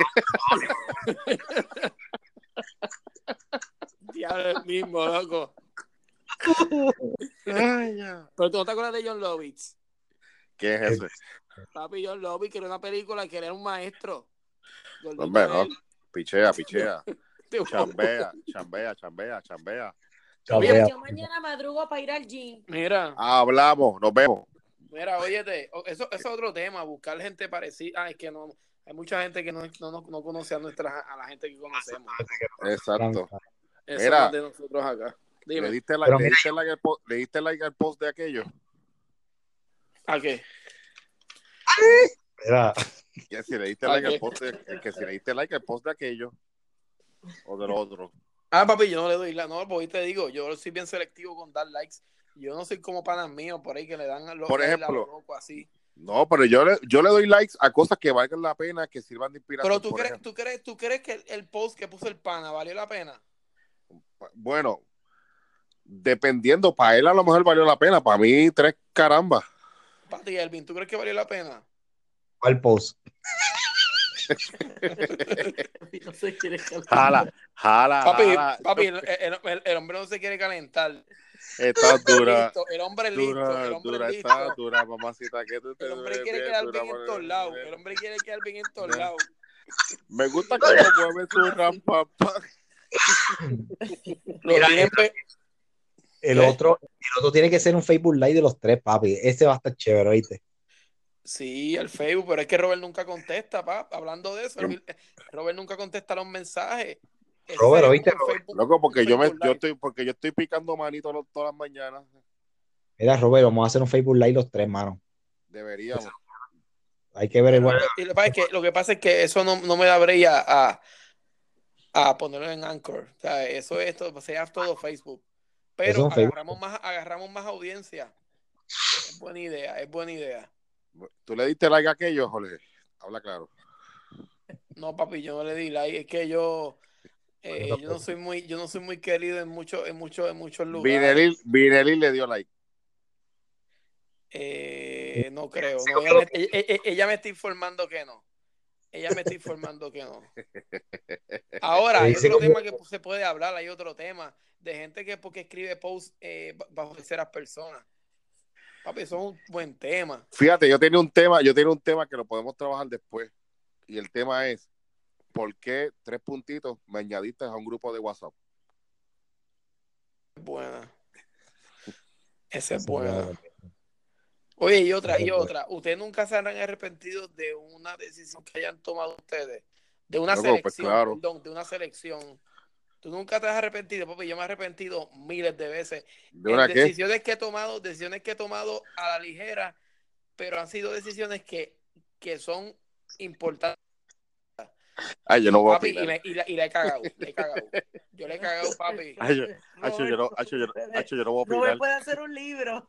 B: Diablo, el mismo, loco. Pero tú no te acuerdas de John Lovitz.
A: ¿Quién es ese?
B: Papi, John Lovitz, que era una película que él era un maestro. Gordito
A: Hombre, no.
B: él.
A: Pichea, pichea.
B: Te voy a-
A: Chambea, chambea, chambea, chambea.
B: pues
C: Chambea.
D: Yo mañana madrugo para ir al gym.
B: Mira,
A: Hablamos, nos vemos.
B: mira, óyete, o- eso, eso es otro tema, buscar gente parecida. Ah, es que no, hay mucha gente que no, no, no- no conoce a, nuestra, a la gente que conocemos.
A: Exacto.
B: Eso
A: Mira.
B: es de nosotros acá.
A: ¿Le
B: Dime,
A: diste, like,
C: Pero
A: le,
C: mira-
A: diste like al post, ¿Le diste like al post de aquello?
B: ¿a qué?
C: Espera.
A: Que si le diste
B: ¿A
A: like
B: qué?
A: al post de, que si le diste like al post de aquello o del otro.
B: Ah, papi, yo no le doy la. No, porque te digo, yo soy bien selectivo con dar likes. Yo no soy como panas míos por ahí que le dan a los
A: Por
B: likes a
A: ejemplo.
B: lo loco así.
A: No, pero yo le, yo le doy likes a cosas que valgan la pena, que sirvan de inspiración.
B: Pero tú
A: por
B: crees,
A: ejemplo.
B: tú crees, tú crees que el, el post que puso el pana valió la pena.
A: Bueno, dependiendo, para él a lo mejor valió la pena, para mí tres carambas.
B: Para ti, Elvin, ¿tú crees que valió la pena?
C: ¿Cuál post?
B: No se quiere
A: Jala, jala,
B: Papi,
A: jala.
B: papi el, el- el- el hombre no se quiere calentar.
A: Estás dura,
B: Listo, el hombre es listo,
A: dura,
B: el hombre
A: dura,
B: es listo.
A: estás dura, mamacita. Que tú te
B: El hombre
A: ves
B: quiere
A: bien
B: quedar
A: dura,
B: bien en
A: madre
B: todos lados.
A: mía.
B: El hombre quiere quedar bien en todos
A: Bien.
B: lados.
A: Me gusta cómo mueve su rampa.
B: Lo
C: Mira,
B: tiene pe-
C: El
B: ¿Qué?
C: otro, el otro tiene que ser un Facebook Live de los tres, papi. Ese va a estar chévere, ¿oíste?
B: Sí, el Facebook, pero es que Robert nunca contesta, pa. Hablando de eso,
A: Yo-
B: Robert nunca contesta los mensajes. Ese
C: Robert,
B: es
C: ¿oíste,
B: un
C: Robert?
B: Facebook-
A: Loco, porque
B: un
A: yo me,
B: Facebook
A: yo
B: Live.
A: estoy, porque yo estoy picando manito lo- todas las mañanas.
C: Mira, Robert, vamos a hacer un Facebook Live los tres, mano.
A: Deberíamos.
C: Hay que ver igual.
B: Y lo que pasa es que, lo que pasa es que eso no, no me da break a, a, a ponerlo en Anchor. O sea, eso es todo, pues, sea todo Facebook.
C: Eso es
B: Pero
C: un Facebook.
B: agarramos más, agarramos más audiencia. Es buena idea, es buena idea.
A: ¿Tú le diste like a aquello, Jorge? Habla claro.
B: No, papi, yo no le di like. Es que yo, eh,
C: Bueno, pues.
B: yo no soy muy, yo no soy muy querido en muchos, en muchos, en muchos lugares.
A: Vinelil, Vinelil le dio like.
B: Eh, no creo. no, ella, me, e- e- e- ella me está informando que no. Ella me está informando que no. Ahora, hay
C: Dice
B: otro
C: como-
B: tema que se puede hablar, hay otro tema de gente que porque escribe posts eh, ba- bajo terceras personas. Papi, eso es un buen tema.
A: Fíjate, yo tenía un tema, yo tenía un tema que lo podemos trabajar después. Y el tema es, ¿por qué tres puntitos me añadiste a un grupo de WhatsApp?
B: Es buena. Esa es
C: Eso es
B: buena.
C: bueno.
B: Oye, y otra,
C: Esa es
B: y
C: buena.
B: otra. Ustedes nunca se han arrepentido de una decisión que hayan tomado ustedes. De una
A: Loco, pues,
B: selección,
A: claro.
B: perdón, de una selección. Tú nunca te has arrepentido, papi. Yo me he arrepentido miles de veces.
A: ¿De una
B: en
A: qué?
B: decisiones que he tomado, decisiones que he tomado a la ligera, pero han sido decisiones que, que son importantes.
A: Ay, yo no voy a
B: Papi, y,
A: opinar.
B: me- y la, y la he cagado, la he cagado. Yo le he cagado, papi.
A: Ay, yo, acho, yo no, acho, yo, no- acho, yo no voy a opinar.
D: puede hacer un libro.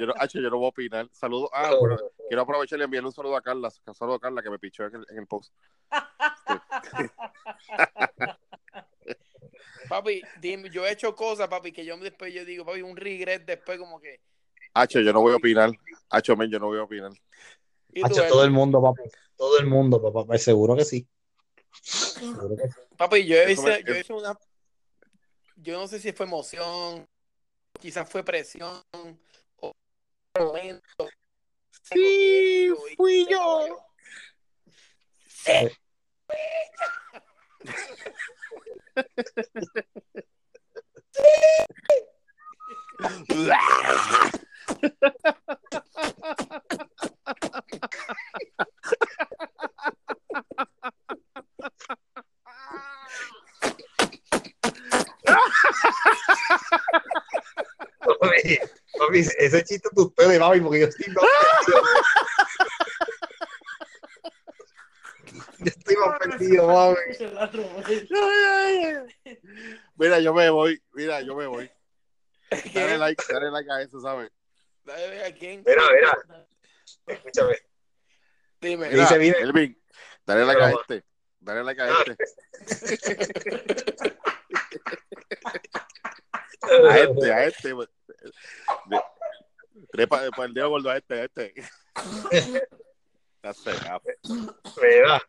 A: Yo no, acho, yo no voy a opinar. Saludos. Ah, bueno, quiero aprovechar y enviarle un saludo a Carla. Un saludo a Carla que me pichó en el, en el post.
B: Papi, dime, yo he hecho cosas, papi, que yo después yo digo, papi, un regret después como que...
A: Hacho, yo no voy a opinar. Hacho, men, yo no voy a opinar.
B: y tú,
C: Hacho, todo el mundo, papá. Todo el mundo, papá. papá, Seguro que sí. Seguro que sí.
B: Papi, yo
A: Eso
B: hice,
A: me-
B: yo hice una... Yo no sé si fue emoción, quizás fue presión, o momento. Sí, fui yo.
C: Papi, papi, ese chiste es tus pelos, papi, porque yo estoy más perdido. Yo estoy más perdido, papi.
A: Mira, yo me voy. Mira, yo me voy. Dale like, dale like a eso, ¿sabes?
B: Dale, ¿a quién?
C: Mira, mira. Escúchame.
B: Dime.
A: Mira,
C: Dice, mira.
A: Elvin, dale like a este. Dale like a este. A este, a este. Trepa, pa el dedo gordo a este, a este. Ya se, ya.
C: Mira.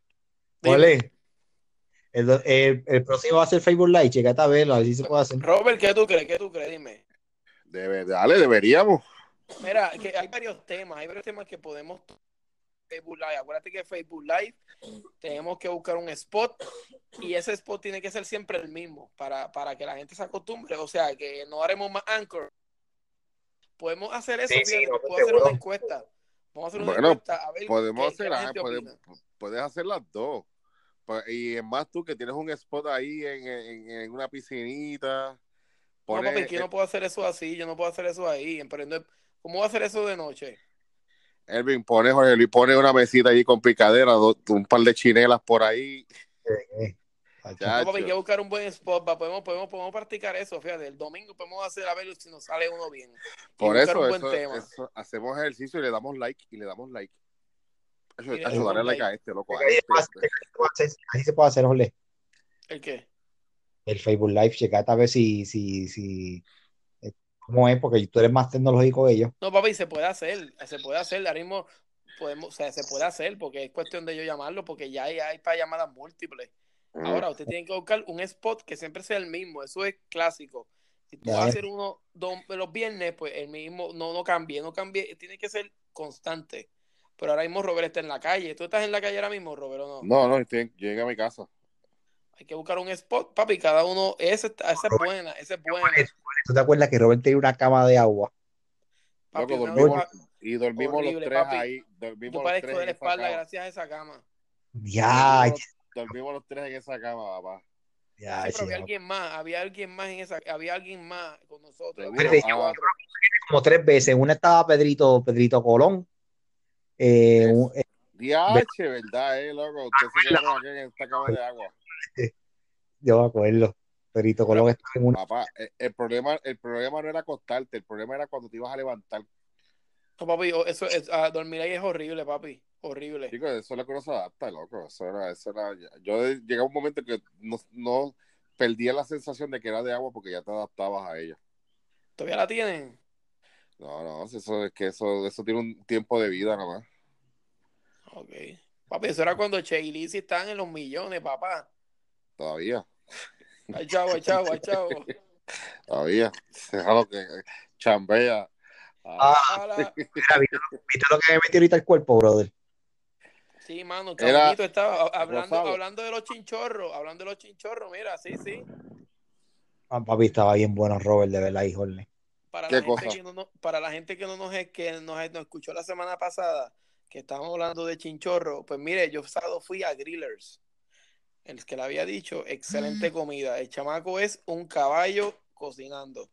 C: Ole. El, do- el- el próximo va a ser Facebook Live, checa esta vela, a ver si se puede hacer.
B: Robert, ¿qué tú crees? ¿Qué tú crees? Dime.
A: Debe- dale, deberíamos.
B: Mira, que hay varios temas, hay varios temas que podemos Facebook Live. Acuérdate que Facebook Live tenemos que buscar un spot y ese spot tiene que ser siempre el mismo para, para que la gente se acostumbre. O sea, que no haremos más anchor. Podemos hacer eso,
C: Sí,
B: fíjate,
C: sí, no,
B: puedo
C: seguro.
B: hacer una encuesta. Vamos a hacer una
A: Bueno,
B: encuesta. A ver
A: Podemos
B: qué- qué
A: hacer,
B: la
A: ah,
B: gente
A: puede-
B: opina.
A: puedes hacer las dos. Pa- Y es más tú que tienes un spot ahí en, en- en una piscinita.
B: No,
A: Pones-
B: papi, que yo no puedo hacer eso así, yo no puedo hacer eso ahí. emprendo- ¿Cómo voy a hacer eso de noche?
A: Elvin, pone Jorge Luis, pone una mesita allí con picadera, do- un par de chinelas por ahí.
C: Eh,
A: Ya.
B: No, papi,
A: Hacho.
B: hay que buscar un buen spot, va, Podemos, podemos, podemos practicar eso, fíjate. El domingo podemos hacer a ver si nos sale uno bien. Y
A: Por
B: buscar
A: eso,
B: un buen
A: eso-
B: tema.
A: eso, hacemos ejercicio y le damos like y le damos like. Acho,
B: Y le
A: acho,
B: damos
A: dale like
B: like.
A: a este, loco. a
C: Ahí
A: este.
C: pasa. Así se puede hacer, ole.
B: ¿El qué?
C: El Facebook Live, checa esta a ver si, si, si, eh, cómo es, porque tú eres más tecnológico que yo.
B: No, papi, se puede hacer. Se puede hacer. Ahora mismo podemos, o sea, se puede hacer porque es cuestión de yo llamarlo, porque ya hay, hay para llamadas múltiples.
A: Mm.
B: Ahora, usted tiene que buscar un spot que siempre sea el mismo. Eso es clásico. Si tú vas a
C: Dale.
B: hacer uno dom- los viernes, pues el mismo no, no cambie, no cambie. Tiene que ser constante. Pero ahora mismo Robert está en la calle. ¿Tú estás en la calle ahora mismo, Robert, o no?
A: No, no, estoy- llegué a mi casa.
B: Hay que buscar un spot, papi. Cada uno, esa, está- esa es buena, esa es buena.
C: ¿Tú te acuerdas que Robert tenía una cama de agua?
B: Papi,
A: Loco,
B: una
A: dormimos-
B: vez pa-
A: Y dormimos los
B: Horrible,
A: tres
B: papi.
A: ahí. Dormimos
B: yo
A: los
B: parezco
A: tres
B: de
A: en esa
B: la espalda
A: cama.
B: gracias a esa cama.
C: Ya,
A: dormimos, los, dormimos los tres en esa cama, papá.
C: ya,
B: Sí, pero había
C: Ah, ya.
B: alguien más, había alguien más en esa, había alguien más con nosotros.
A: Seguro,
B: había
A: ah,
B: cuatro.
C: Como tres veces. Una estaba Pedrito, Pedrito Colón. Eh, un- eh,
A: Diache, ¿verdad, eh, loco? Usted se quedó aquí en esta cama de agua.
C: yo me acuerdo. Pedrito Colón estaba en una.
A: Papá, el, el problema, el problema no era acostarte, el problema era cuando te ibas a levantar.
B: No, papi, o- eso es- ah, dormir ahí es horrible, papi. Horrible.
A: Chicos, eso es lo que uno se adapta, loco. Eso era, eso era, yo de- llegué a un momento que no, no perdía la sensación de que era de agua porque ya te adaptabas a ella.
B: ¿Todavía la tienen?
A: No, no, eso es que eso, eso tiene un tiempo de vida nada más.
B: Ok. Papi, eso era cuando Che y Lizzy estaban en los millones, papá.
A: Todavía,
B: Ay, chavo, ay, chavo, ay, chavo.
A: todavía. Deja lo que eh, chambea. Ah,
C: Ah,
B: Ala.
C: ¿viste lo que me metió ahorita el cuerpo, brother?
B: Sí, mano,
A: Era-
B: Caminito estaba hab- hablando,
A: Rosado.
B: hablando de los chinchorros, hablando de los chinchorros, mira, sí, sí.
C: Ah, papi, estaba bien bueno, Robert, de verdad, híjole.
B: Para
A: ¿Qué
B: la, gente
A: cosa?
B: que no, nos- para la gente que no nos, es- que nos, nos escuchó la semana pasada, que estábamos hablando de chinchorro, pues mire, yo sábado fui a Grillers. El que le había dicho, excelente
A: Mm.
B: comida. El chamaco es un caballo cocinando.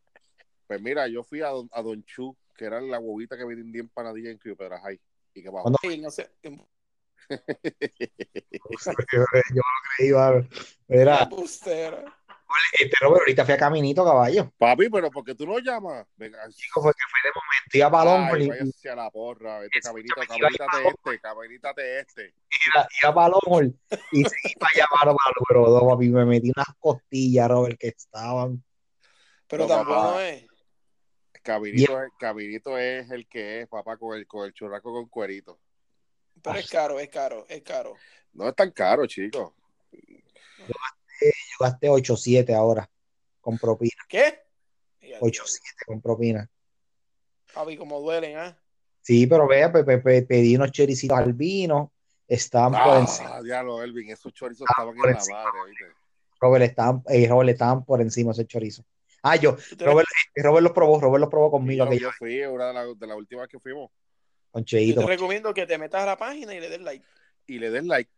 A: pues mira, yo fui a Don, a Don Chu, que era la huevita que vendía empanadilla en Río Piedras High. Y que bajó.
C: ¿Cuándo?
B: Sí, no sé,
C: Yo no creí, mano. Mira,
B: embustero.
C: este Robert, ahorita fui a caminito, caballo.
A: Papi, pero ¿por qué tú no llamas? Venga,
C: Chico, fue que fue de momento. Iba a balón,
A: ay,
C: Oli-
A: vaya hacia la porra. Vete, caminito,
C: Escúchame, iba
A: caberítate este, caberítate este.
C: iba, iba para Longhorn y seguí para allá para para número dos, papi. Me metí unas costillas, Robert, que estaban.
B: Pero
A: No,
B: tampoco
A: papá.
B: no es.
A: Cabirito, es- Cabirito es el que es, papá, con el, con el churraco con cuerito.
B: Pero es caro, es caro, es caro.
A: No es tan caro, chicos.
C: Yo gasté 8-7 ahora con propina.
B: ¿Qué? Ya,
C: 8-7 con propina.
B: Papi, como duelen, ¿ah?
C: Sí, pero vea, pe- pe- pe- pedí unos choricitos al vino. Estaban por encima.
A: Ah, diablo, Elvin, esos chorizos estaban en la madre, ¿viste?
C: Robert, estaban, eh, Robert, estaban por encima ese chorizo. Ah, yo,
B: Tú tienes-
C: Robert, eh, Robert los probó, Robert los probó
A: Y
C: conmigo,
A: Yo,
C: aquello,
A: yo fui, una de las de las últimas que fuimos.
C: con
B: yo
C: Cheito.
B: te recomiendo que te metas a la página y le des like.
A: Y le des like.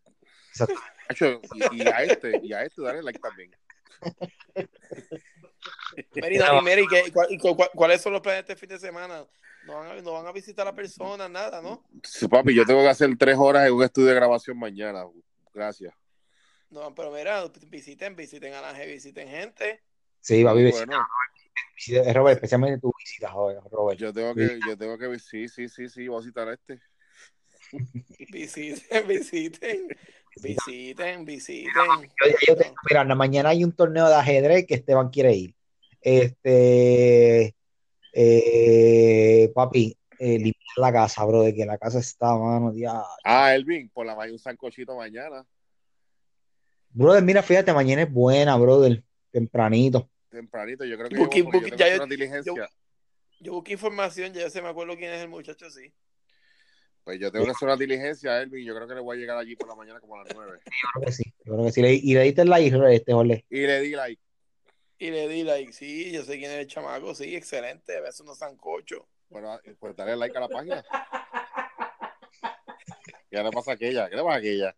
C: Exacto.
A: Acho, Y, y a este, y a este, dale like también.
B: Mary, y Mary, ¿qué- cuál- y cu- cu- ¿cuáles son los planes de este fin de semana? No van a, no van a visitar a personas, nada, ¿no?
A: Sí, papi, yo tengo que hacer tres horas en un estudio de grabación mañana. Gracias.
B: No, pero mira, visiten, visiten a la gente, visiten gente.
C: Sí, papi,
A: Y
C: visita,
A: bueno,
C: visita, eh, Robert, especialmente tu visita, joder, Robert.
A: yo tengo que, yo tengo que, sí, sí, sí, sí, voy a citar a este.
B: Visiten, visiten, visiten, visiten.
C: Yo- yo te- mira, na- mañana hay un torneo de ajedrez que Esteban quiere ir. Este, eh, papi, eh, limpiar la casa, bro, de que la casa está, mano, ya.
A: Ah, Elvin, por la mañana un sancochito mañana.
C: Brother, mira, fíjate, mañana es buena, brother. Tempranito.
A: Tempranito, yo creo que
B: Buki,
A: llevo, porque
B: Buki,
A: yo tengo
B: ya
A: que
B: yo-
A: hacer una diligencia.
B: yo- Yo busqué información, ya yo se me acuerdo quién es el muchacho, sí.
A: Pues yo tengo que hacer una diligencia, Elvin. Yo creo que le voy a llegar allí por la mañana como a las 9.
C: Yo creo que sí. Yo creo que sí. Le- Y le diste el like, este, Jorge.
A: Y le di like.
B: Y le di like, sí, yo sé quién es el chamaco, sí, excelente, a veces unos sancochos.
A: Bueno, pues dale like a la página. Y ahora pasa aquella. ¿Qué le pasa a aquella?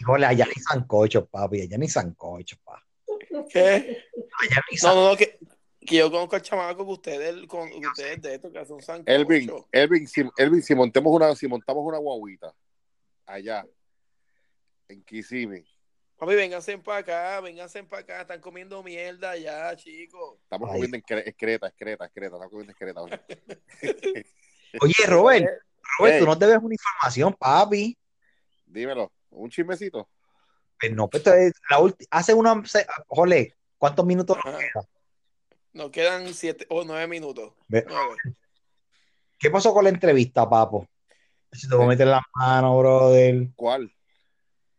C: Híjole, allá ni sancocho, papi. Allá ni sancocho, pa.
B: ¿Qué?
C: Allá ni
B: No,
C: sancocho.
B: no, no, que, que yo conozco al chamaco que ustedes, con, que ustedes de esto que hacen un sancocho.
A: Elvin, Elvin, si, Elvin, si montemos una, si montamos una guaguita allá en Kissimmee,
B: Papi, vénganse para acá, vénganse para acá, están comiendo mierda ya, chicos.
A: estamos
C: Ay.
A: comiendo en cre- excreta, excreta, excreta, estamos comiendo excreta. hoy. eh,
C: Oye, Robert, Robert,
A: Ey.
C: tú no te ves una información, papi.
A: Dímelo, un chismecito.
C: Pues no, pues esto es la ulti- hace una. se- Jorge, ¿cuántos minutos nos
B: Ajá.
C: quedan?
B: Nos quedan siete o nueve minutos.
C: Ve-
B: Nueve.
C: ¿Qué pasó con la entrevista, papo? Si te voy a meter la mano, brother.
A: ¿Cuál?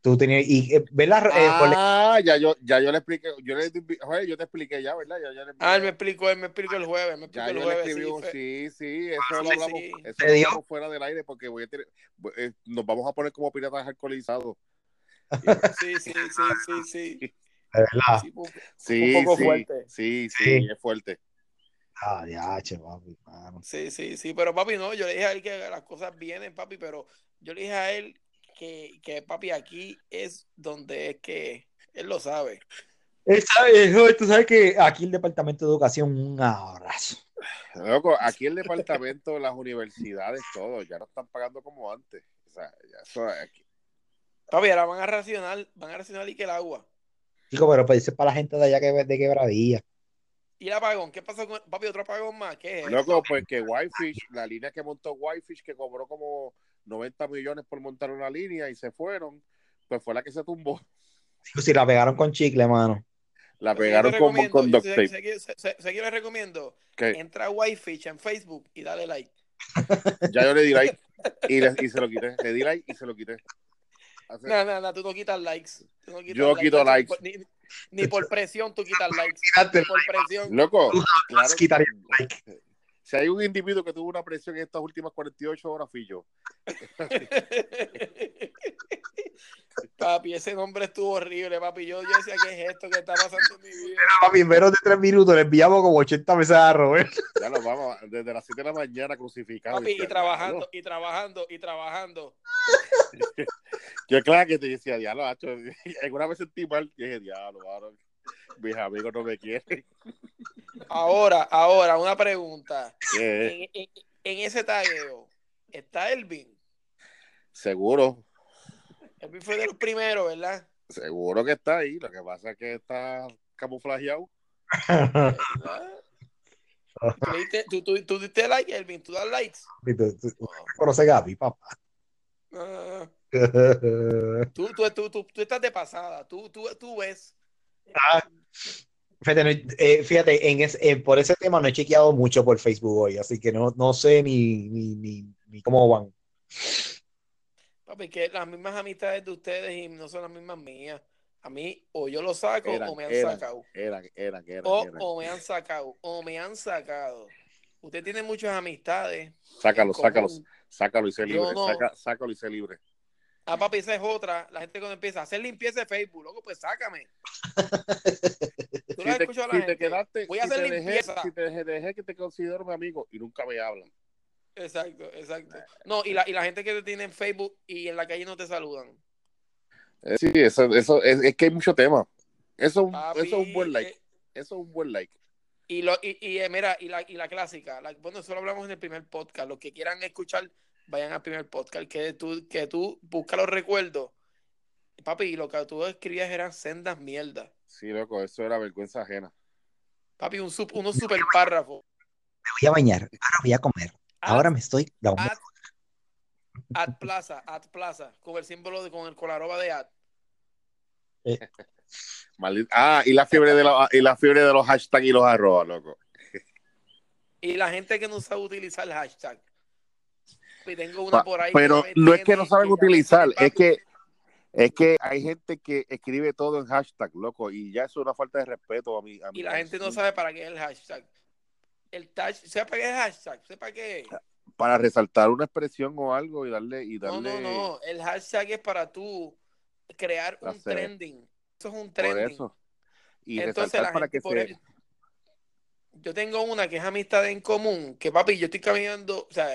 C: Tú tenías. Y, eh, ¿Verdad, eh, Jorge?
A: ah, ya yo, ya yo le expliqué, yo le, Jorge, yo te expliqué ya, ¿verdad? Ya, ya le-
B: Ah, él me explicó, él me explicó el jueves, me explicó
A: Ya
B: el
A: yo le
B: jueves.
A: escribí,
B: sí,
A: un-
B: fue-
A: sí, sí, eso
B: Ah,
A: lo
B: sí,
A: hablamos,
B: sí.
A: eso
C: ¿Te
A: lo
C: dio?
A: hablamos fuera del aire porque voy a tener, eh, nos vamos a poner como piratas alcoholizados. Sí,
B: sí, sí, sí, sí, sí.
C: De eh, verdad.
B: Sí, pues, porque-
A: sí,
B: Un poco
A: sí,
B: fuerte.
A: sí,
C: Sí.
A: es fuerte.
C: Ah, ya, che, papi, mano.
B: Sí, sí, sí, pero papi, no, yo le dije a él que las cosas vienen, papi, pero yo le dije a él que, que papi, aquí es donde es que él lo sabe.
C: Él sabe, eh, Jorge, tú sabes que aquí el Departamento de Educación, un abrazo.
A: Loco, aquí el departamento, las universidades, todo, ya no están pagando como antes. O sea, ya eso aquí.
B: Papi, ahora van a racionar, van a racionar y que el agua.
C: Chico, pero pues, eso es para la gente de allá que de quebradilla.
B: ¿Y el apagón? ¿Qué pasó con papi? ¿Otro apagón más? ¿Qué es?
A: Loco, pues que Whitefish, la línea que montó Whitefish, que cobró como 90 millones por montar una línea y se fueron, pues fue la que se tumbó.
C: Chico, si la pegaron con chicle, mano.
A: La
B: Yo sé que
A: pegaron
B: les
A: con,
B: recomiendo,
A: con
B: yo
A: duct
B: sé-
A: tape.
B: sé que- sé- sé- sé que les recomiendo.
A: ¿Qué?
B: Entra a Whitefish en Facebook y dale like.
A: Ya yo le di like y, le- y se lo quité. Le di like y se lo quité. Hace-
B: No, no, no, tú no quitas likes. Tú no quitas
A: Yo quito
B: Ni por- Ni, ni por presión tú quitas likes. Ni por presión.
A: Loco,
C: Tú
A: claro que-
C: quitaría
A: si hay un individuo que tuvo una presión en estas últimas 48 horas, fui yo.
B: Papi, ese nombre estuvo horrible, papi. Yo, yo decía, ¿qué es esto que está pasando en mi vida?
C: Papi, en menos de tres minutos le enviamos como ¿eh? 80 veces a Robert.
A: Ya nos vamos desde las 7 de la mañana crucificados.
B: Papi,
A: Ya,
B: y trabajando, y trabajando, y trabajando.
A: Yo, claro que te decía, diablo, hacho. Alguna vez sentí mal y dije, diablo, mano, mis amigos no me quieren.
B: Ahora, ahora, una pregunta.
A: Eh,
B: En, en- en ese tagueo, ¿está Elvin?
A: seguro,
B: Elvin fue de los primeros, ¿verdad?
A: seguro que está ahí. Lo que pasa es que está camuflajeado.
B: ¿Tú, le diste- tú, tú, tú diste like, Elvin? ¿Tú das likes?
C: Conoce Gaby, papá.
B: No, no, no. Tú, tú, tú, tú, tú estás de pasada. Tú, tú, tú ves.
C: Fíjate, no- eh, fíjate, en es- eh, por ese tema no he chequeado mucho por Facebook hoy, así que no, no sé ni, ni, ni, ni cómo van.
B: Papi, que las mismas amistades de ustedes y no son las mismas mías. A mí, o yo lo saco
A: Eran,
B: o me han
A: eran,
B: sacado.
A: Eran, eran, eran.
B: O,
A: eran.
B: o me han sacado. O me han sacado. Usted tiene muchas amistades.
A: Sácalo,
B: en común.
A: sácalo, sácalo y sé
B: Yo
A: libre.
B: no.
A: saca- sácalo y sé libre.
B: Ah, papi, esa es otra. La gente cuando empieza a hacer limpieza de Facebook, loco, pues sácame. Tú
A: Si
B: la
A: te,
B: escuchas a la
A: si te
B: gente.
A: quedaste,
B: Voy a
A: si te
B: hacer
A: dejé-
B: limpieza.
A: si te dejé, dejé que te considero mi amigo y nunca me hablan.
B: Exacto, exacto.
A: Eh,
B: No, y la, y la gente que te tiene en Facebook y en la calle no te saludan.
A: Eh, Sí, eso, eso es, es que hay mucho tema. Eso, es un-
B: Papi,
A: eso es un buen like.
B: eh,
A: Eso es un buen like.
B: Y, lo, y, y, eh, mira, y la, y la clásica, la- bueno, eso lo hablamos en el primer podcast. Los que quieran escuchar, vayan al primer podcast. Que tú, que tú busca los recuerdos. Papi, y lo que tú escribías eran sendas mierdas.
A: Sí, loco, eso era vergüenza ajena.
B: Papi, un sub, unos super párrafos.
C: Me voy a bañar, ahora voy a comer, ahora me estoy. la-
B: Ah, Ad plaza, ad plaza, con el símbolo de, con el colaroba de ad.
A: Maldi- ah, y la fiebre de los, y la fiebre de los hashtags y los arrobas, loco.
B: Y la gente que no sabe utilizar el hashtag. Y tengo una
A: Pa-
B: por ahí.
A: Pero
B: me
A: no es que no
B: tiene
A: saben
B: ya me
A: utilizar,
B: tiene,
A: es
B: papi.
A: que Es que hay gente que escribe todo en hashtag, loco, y ya eso es una falta de respeto a mí. A
B: Y
A: mi-
B: la gente no sabe para qué es el hashtag. El tag, ¿sabe para qué es el hashtag? ¿Sabe para qué?
A: Ah, Para resaltar una expresión o algo y darle. Y
B: No,
A: darle
B: no, no. El hashtag es para tú crear
A: Ya
B: un
A: sé.
B: trending. Eso es un
A: Por
B: trending.
A: eso. Y
B: Entonces
A: resaltar
B: la
A: para
B: gente
A: que
B: por
A: se.
B: él- Yo tengo una que es amistad en común, que papi, yo estoy caminando, o sea,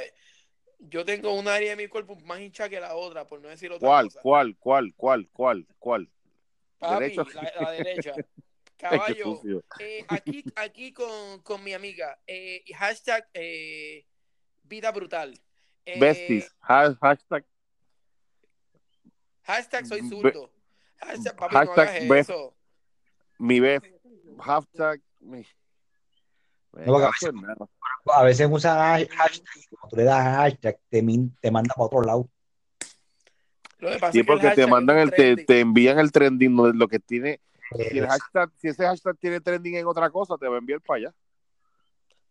B: yo tengo un área de mi cuerpo más hincha que la otra, por no decir otra
A: ¿Cuál,
B: cosa.
A: cuál, cuál, cuál, cuál, cuál?
B: Papi,
A: Derecho.
B: la, la derecha.
A: Qué
B: Caballo,
A: sucio.
B: eh, aquí, aquí con, con mi amiga, eh, y hashtag eh, vida brutal. Eh,
A: Besties. Ha- Hashtag,
B: Hashtag soy
A: Be-
B: zurdo. Hashtag, papi, no
A: hashtag
B: hagas
A: be-
B: eso.
A: mi best. Hashtag. Mi... pues
C: No, porque-
A: Eso, hermano.
C: A veces usan hash- hashtag, y cuando tú le das hashtag, te, min- te manda para otro lado.
B: Lo que pasa
A: Sí,
B: es que el
A: porque
B: hashtag
A: te
B: es
A: mandan
B: un
A: el, te,
B: trending.
A: te envían el trending, no, lo que tiene. Si, el
C: Eh,
A: hashtag, si ese hashtag tiene trending en otra cosa, te va a enviar para allá.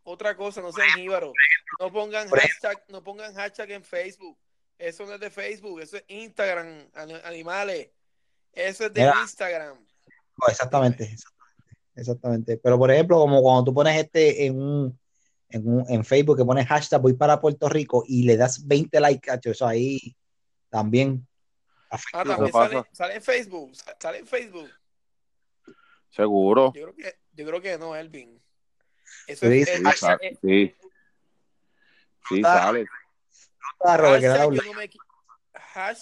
B: Otra cosa, no sean jíbaros. No pongan
C: Por
B: hashtag, no pongan hashtag en Facebook. Eso no es de Facebook, eso es Instagram, ani- animales. Eso es de
C: Mira.
B: Instagram.
C: no, exactamente, exactamente, exactamente. Pero por ejemplo, como cuando tú pones este en un, en un- en Facebook que pones hashtag voy para Puerto Rico y le das 20 likes, cacho, eso ahí también.
B: Ah,
A: Sí,
B: también
A: eso pasa.
B: sale, sale en Facebook. sa- Sale en Facebook.
A: Seguro.
B: Yo creo que, yo creo que no, Elvin. Eso
C: Tú
B: es,
C: dices.
B: eh,
A: Sí,
B: hashtag,
A: sa-
B: eh,
A: sí. Sí,
C: Ah.
A: sale.
C: Claro, que le da
B: hashtag
C: un
B: yo
C: like.
B: no me qui-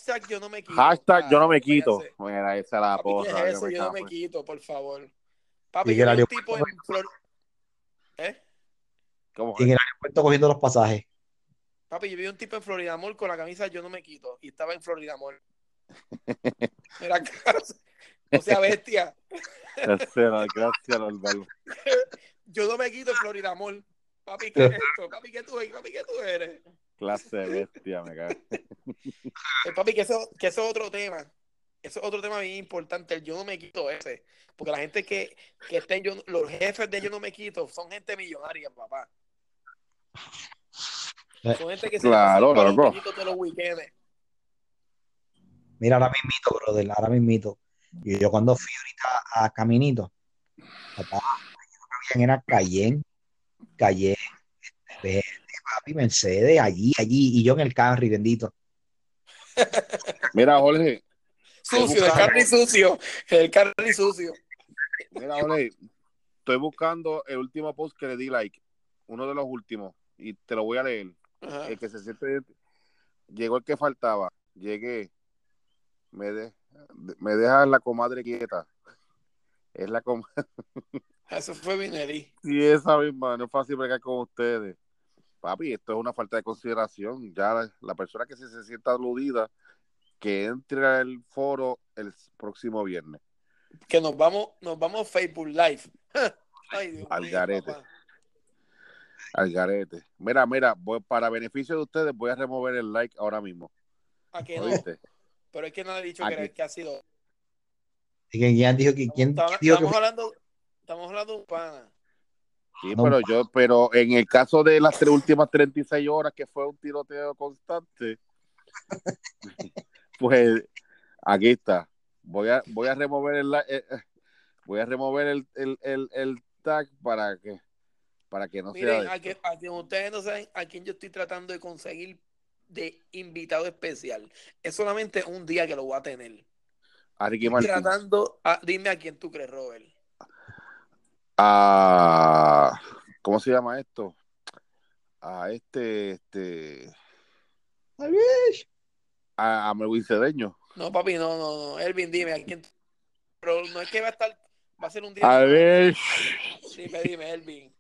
B: hashtag yo no me quito.
A: Hashtag yo no
B: Ah,
A: me quito.
B: váyase.
A: Mira, esa es la
B: Papi, ¿qué
A: porra.
B: es
A: yo
B: eso?
A: me
B: Yo no me
A: cago en-
B: quito, por favor. Papi,
C: Y que
B: yo vi
C: la-
B: un tipo en Flor- ¿Eh?
A: ¿Cómo
C: Y
A: es?
C: en el aeropuerto cogiendo los pasajes.
B: Papi, yo vi un tipo en Florida Mall con la camisa Yo no me quito. Y estaba en Florida Mall. Era casa. O sea, bestia.
A: Gracias, gracias, Norberto.
B: Yo no me quito en Florida Mall. Papi, ¿qué es esto? Papi, ¿qué tú eres? Papi, ¿qué tú eres?
A: Clase de bestia, me cago.
B: Eh, papi, que eso, que eso es otro tema. Eso es otro tema bien importante. El yo no me quito ese. Porque la gente que, que está en yo, los jefes de yo no me quito son gente millonaria, papá.
C: Eh,
B: Son gente que se
A: Claro,
B: le
A: claro,
B: pasan
A: bro.
B: palomitos todos los weekends.
C: Mira, ahora mismito, brother, ahora mismito. Y yo cuando fui ahorita a Caminito, papá, yo no había- era Cayenne, Cayenne, este, verde, papi, Mercedes, allí, allí, y yo en el carry, bendito.
A: Mira, Jorge.
B: Sucio, el
A: buscando.
B: carne sucio. El carne sucio.
A: Mira, Jorge. Estoy buscando el último post que le di like. Uno de los últimos. Y te lo voy a leer.
B: Ajá.
A: El que se siente. Llegó el que faltaba. Llegué. Me, de... me deja la comadre quieta. Es la comadre.
B: Eso fue Vineri.
A: Sí, esa misma, no es fácil bregar con ustedes. Papi, esto es una falta de consideración. Ya la, la persona que se, se sienta aludida, que entre al foro el s- próximo viernes.
B: que nos vamos, nos vamos Facebook Live. Ay, Dios
A: Al
B: mío,
A: garete.
B: papá.
A: Al garete. Mira, mira, voy- para beneficio de ustedes voy a remover el like ahora mismo.
B: ¿A que no?
A: ¿Oíste?
B: Pero es que no he dicho
A: Aquí.
B: que, era- que ha sido.
C: Y que ¿quién dijo que, quién
B: Estamos,
C: dijo que
B: estamos hablando, estamos hablando de un pana.
A: Sí,
C: No.
A: pero yo, pero en el caso de las tres últimas 36 horas que fue un tiroteo constante, pues aquí está. Voy a, voy a remover el, la- eh, eh, voy a remover el, el, el, el tag para que, para que no
B: Miren,
A: sea.
B: a que, a que ustedes no saben a quién yo estoy tratando de conseguir de invitado especial. Es solamente un día que lo voy a tener.
A: A Ricky
B: Estoy
A: Martin.
B: tratando, a- dime a quién tú crees, Robert.
A: A- ¿cómo se llama esto? A este, este, a, a Melvin Cedeño.
B: No, papi, no, no, no. Elvin, dime a quién. tú- Pero no es que va a estar, va a ser un día.
A: A ver,
B: Dime, dime, Elvin.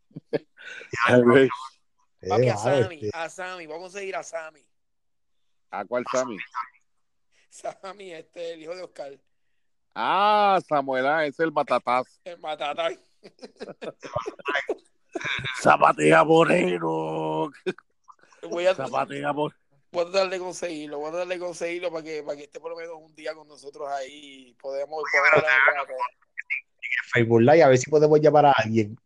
A: a ver.
B: Papi, a
C: Eh, vale,
B: Sammy,
C: este,
B: a Sammy, voy a conseguir a Sammy.
A: ¿A cuál Sammy?
B: Sammy, este, el hijo de Oscar,
A: Ah, Samuel, ah, es el matataz.
B: el matata.
A: Zapatea Moreno.
B: Voy a,
A: Zapatea Moreno.
B: voy a tratar de conseguirlo, voy a tratar de conseguirlo para que, para que esté por lo menos un día con nosotros ahí y podemos, podemos hablar un rato.
C: Facebook Live, a ver si podemos llamar a alguien.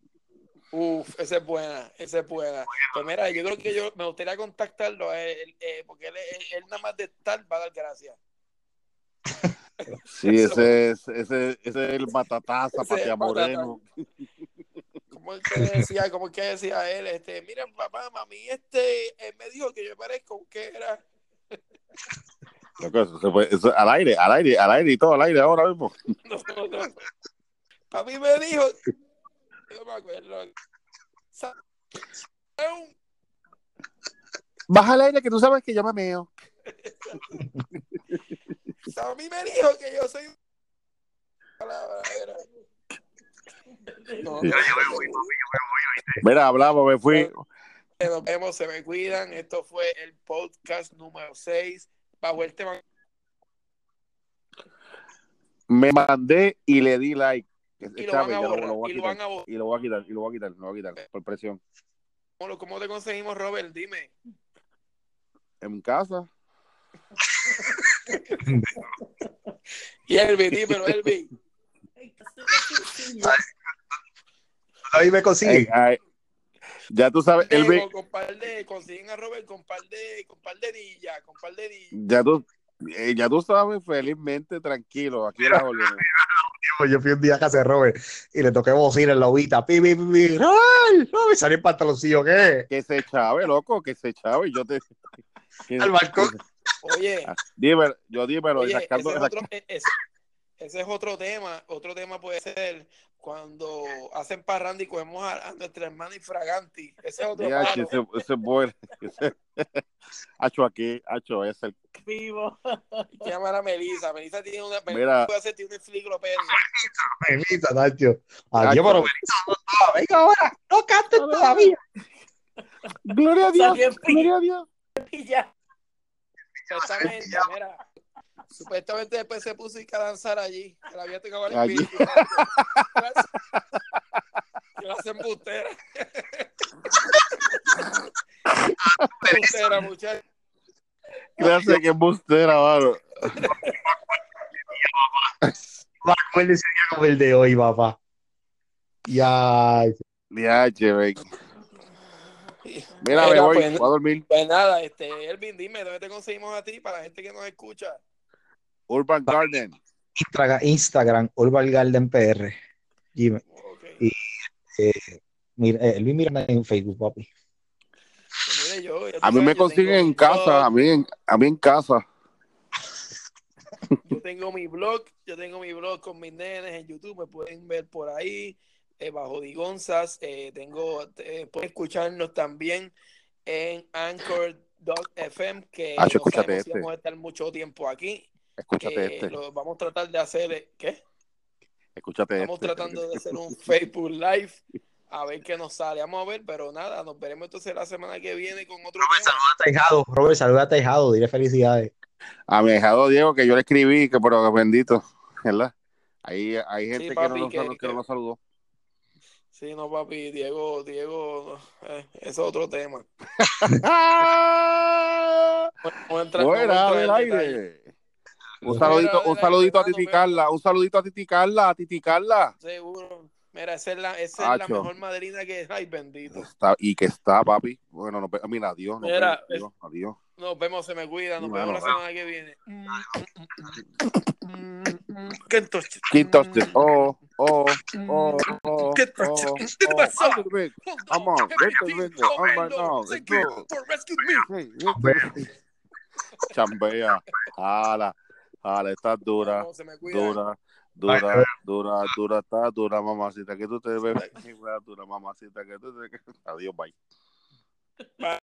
B: Uf, esa es buena, esa es buena. Pues mira, yo creo que yo me gustaría eh, contactarlo a él, eh, porque él, él- él nada más de estar va a dar gracias.
A: Sí, ese es, ese, ese es el batataza,
B: Ese es
A: Patia
B: el batata.
A: Moreno.
B: ¿Cómo es que decía, cómo es que decía él? Este, miren, papá, mami, este él me dijo que yo parezco un que era.
A: Loco, eso se fue- eso- al aire, al aire, al aire y todo al aire ahora mismo.
B: No, no, no. Papi me dijo. No me acuerdo. Sa- es un
A: Baja al aire que tú sabes que yo me meo.
B: A mí me dijo que yo soy. Palabra, era. No,
A: Mira, hablamos, me fui.
B: que nos vemos, se me cuidan. Esto fue el podcast número 6. Bajo el tema.
A: Me mandé y le di like.
B: Y lo
A: Chávez,
B: van a
A: ya voy
B: borrar. y
A: a
B: lo
A: quitar.
B: van a borrar.
A: Y lo voy a quitar, y lo voy a quitar, lo voy a quitar, por presión.
B: ¿Cómo- ¿Cómo te conseguimos, Robert? Dime.
A: En casa.
B: Y Elvi, dímelo, Elvi.
C: Ahí me
A: Eh, ay, ya tú sabes, Elvin,
B: Diego, con par de- Consiguen a Robert con par de. Con par de nilla. Con par de nilla.
A: ya tú, eh, ya tú sabes, felizmente tranquilo. Aquí en las órdenes.
C: Yo fui un día a casa de Robert y le toqué bocina en la ovita. Pi, pi, pi, pi. ¡Ay! No, me salió el pantaloncillo, ¿qué?
A: Que se chave, loco, que se chave. Yo te. que-
C: Al balcón.
B: Oye.
A: Dímelo, yo dímelo,
B: Oye,
A: y Ah, sacando-
B: ese, es otro, e- ese- ese es otro tema. Otro tema puede ser cuando hacen parranda y cogemos a, a nuestra hermana infraganti. Ese es otro
A: Ya, che,
B: palo.
A: ese, ese es bueno. Ese- Hacho aquí, hacho es el.
E: Vivo.
B: Hay que llamar a Melissa. Melissa tiene una,
A: Mira.
B: puede hacer, tiene una enciclopedia.
C: Benita, Nacho. Adiós, pero Benita, no estaba. Venga ahora, no cantes todavía.
A: Gloria a Dios,
E: Salió en
A: gloria a Dios.
E: pilla.
B: Exactamente, mira. Supuestamente después se puso a ir a danzar allí. Que la había tocado el
A: Allí.
B: espíritu. Clase- Clase embustera. Embustera, muchacha.
A: Gracias, que embustera, mano.
C: Va a comer ese día como el de hoy, papá. Ya.
A: Ya, che, ven. Mira, me
B: Mira,
A: voy,
B: pues-
A: voy a dormir.
B: Pues nada, este, Elvin, dime, ¿dónde te conseguimos a ti para la gente que nos escucha?
A: Urban Garden.
C: Instagram, Instagram Urban Garden PR. Gmail.
B: Ok.
C: Y- Mira, eh, Luis Miranda en Facebook, papi.
B: Pues mire, yo- ya tú
A: A mí
B: sabes,
A: me
B: yo
A: consiguen
B: tengo
A: en
B: mi
A: casa, a
B: blog,
A: mí en, a mí en casa.
B: Yo tengo mi blog, yo tengo mi blog con mis nenes en YouTube, me pueden ver por ahí, eh, bajo Digonzas, eh, tengo, eh, pueden escucharnos también en Anchor.fm, que
A: Ah, yo escúchate
B: sabemos si
A: este.
B: vamos a estar mucho tiempo aquí,
A: Escúchate
B: eh,
A: este,
B: lo vamos a tratar de hacer, eh, ¿qué?
A: escúchate
B: Estamos
A: este.
B: tratando de hacer un Facebook Live a ver qué nos sale. Vamos a ver, pero nada, nos veremos entonces la semana que viene con otro tema.
C: Tejado, Robert, saluda a Tejado, dile felicidades.
A: A mi dejado Diego, que yo le escribí, que pero bendito, ¿verdad? Ahí hay gente que,
B: papi,
A: no nos,
B: que-
A: saludó, que no nos saludó.
B: Sí, no, papi, Diego, Diego, eh, ese es otro tema. Vamos a entrar- vamos a
A: ¡Ah! Fuera
B: entrar en
A: del
B: detalle.
A: aire. Un
B: Fuera
A: saludito,
B: del
A: un
B: aire,
A: saludito a
B: Fernando,
A: Titi Carla, un saludito a Titi Carla, a Titi Carla.
B: Seguro. Mira, esa es la, esa es la
A: Acho.
B: mejor madrina que Ay, bendito.
A: Está, y que está, papi. Bueno, no, mira, adiós. no,
B: Mira,
A: pero, adiós, adiós.
B: Nos vemos, se me cuida, nos
A: Bueno,
B: vemos la semana que viene. Kentucky.
A: Keep touching. Oh, oh, oh, oh, oh,
B: Get
A: oh,
B: touched.
A: oh,
B: Get my soul.
A: oh, Rick.
B: Hold on,
A: Come on, get the
B: everything
A: window. Oh, my
B: going on.
A: God.
B: Thank you for rescuing me.
A: Hey, Rick. Chambea. Jala, jala, está dura,
B: No, se me cuida.
A: dura, dura, dura, dura, está dura, mamacita, que tú te ves. Dura, mamacita, que tú te Adiós, bye.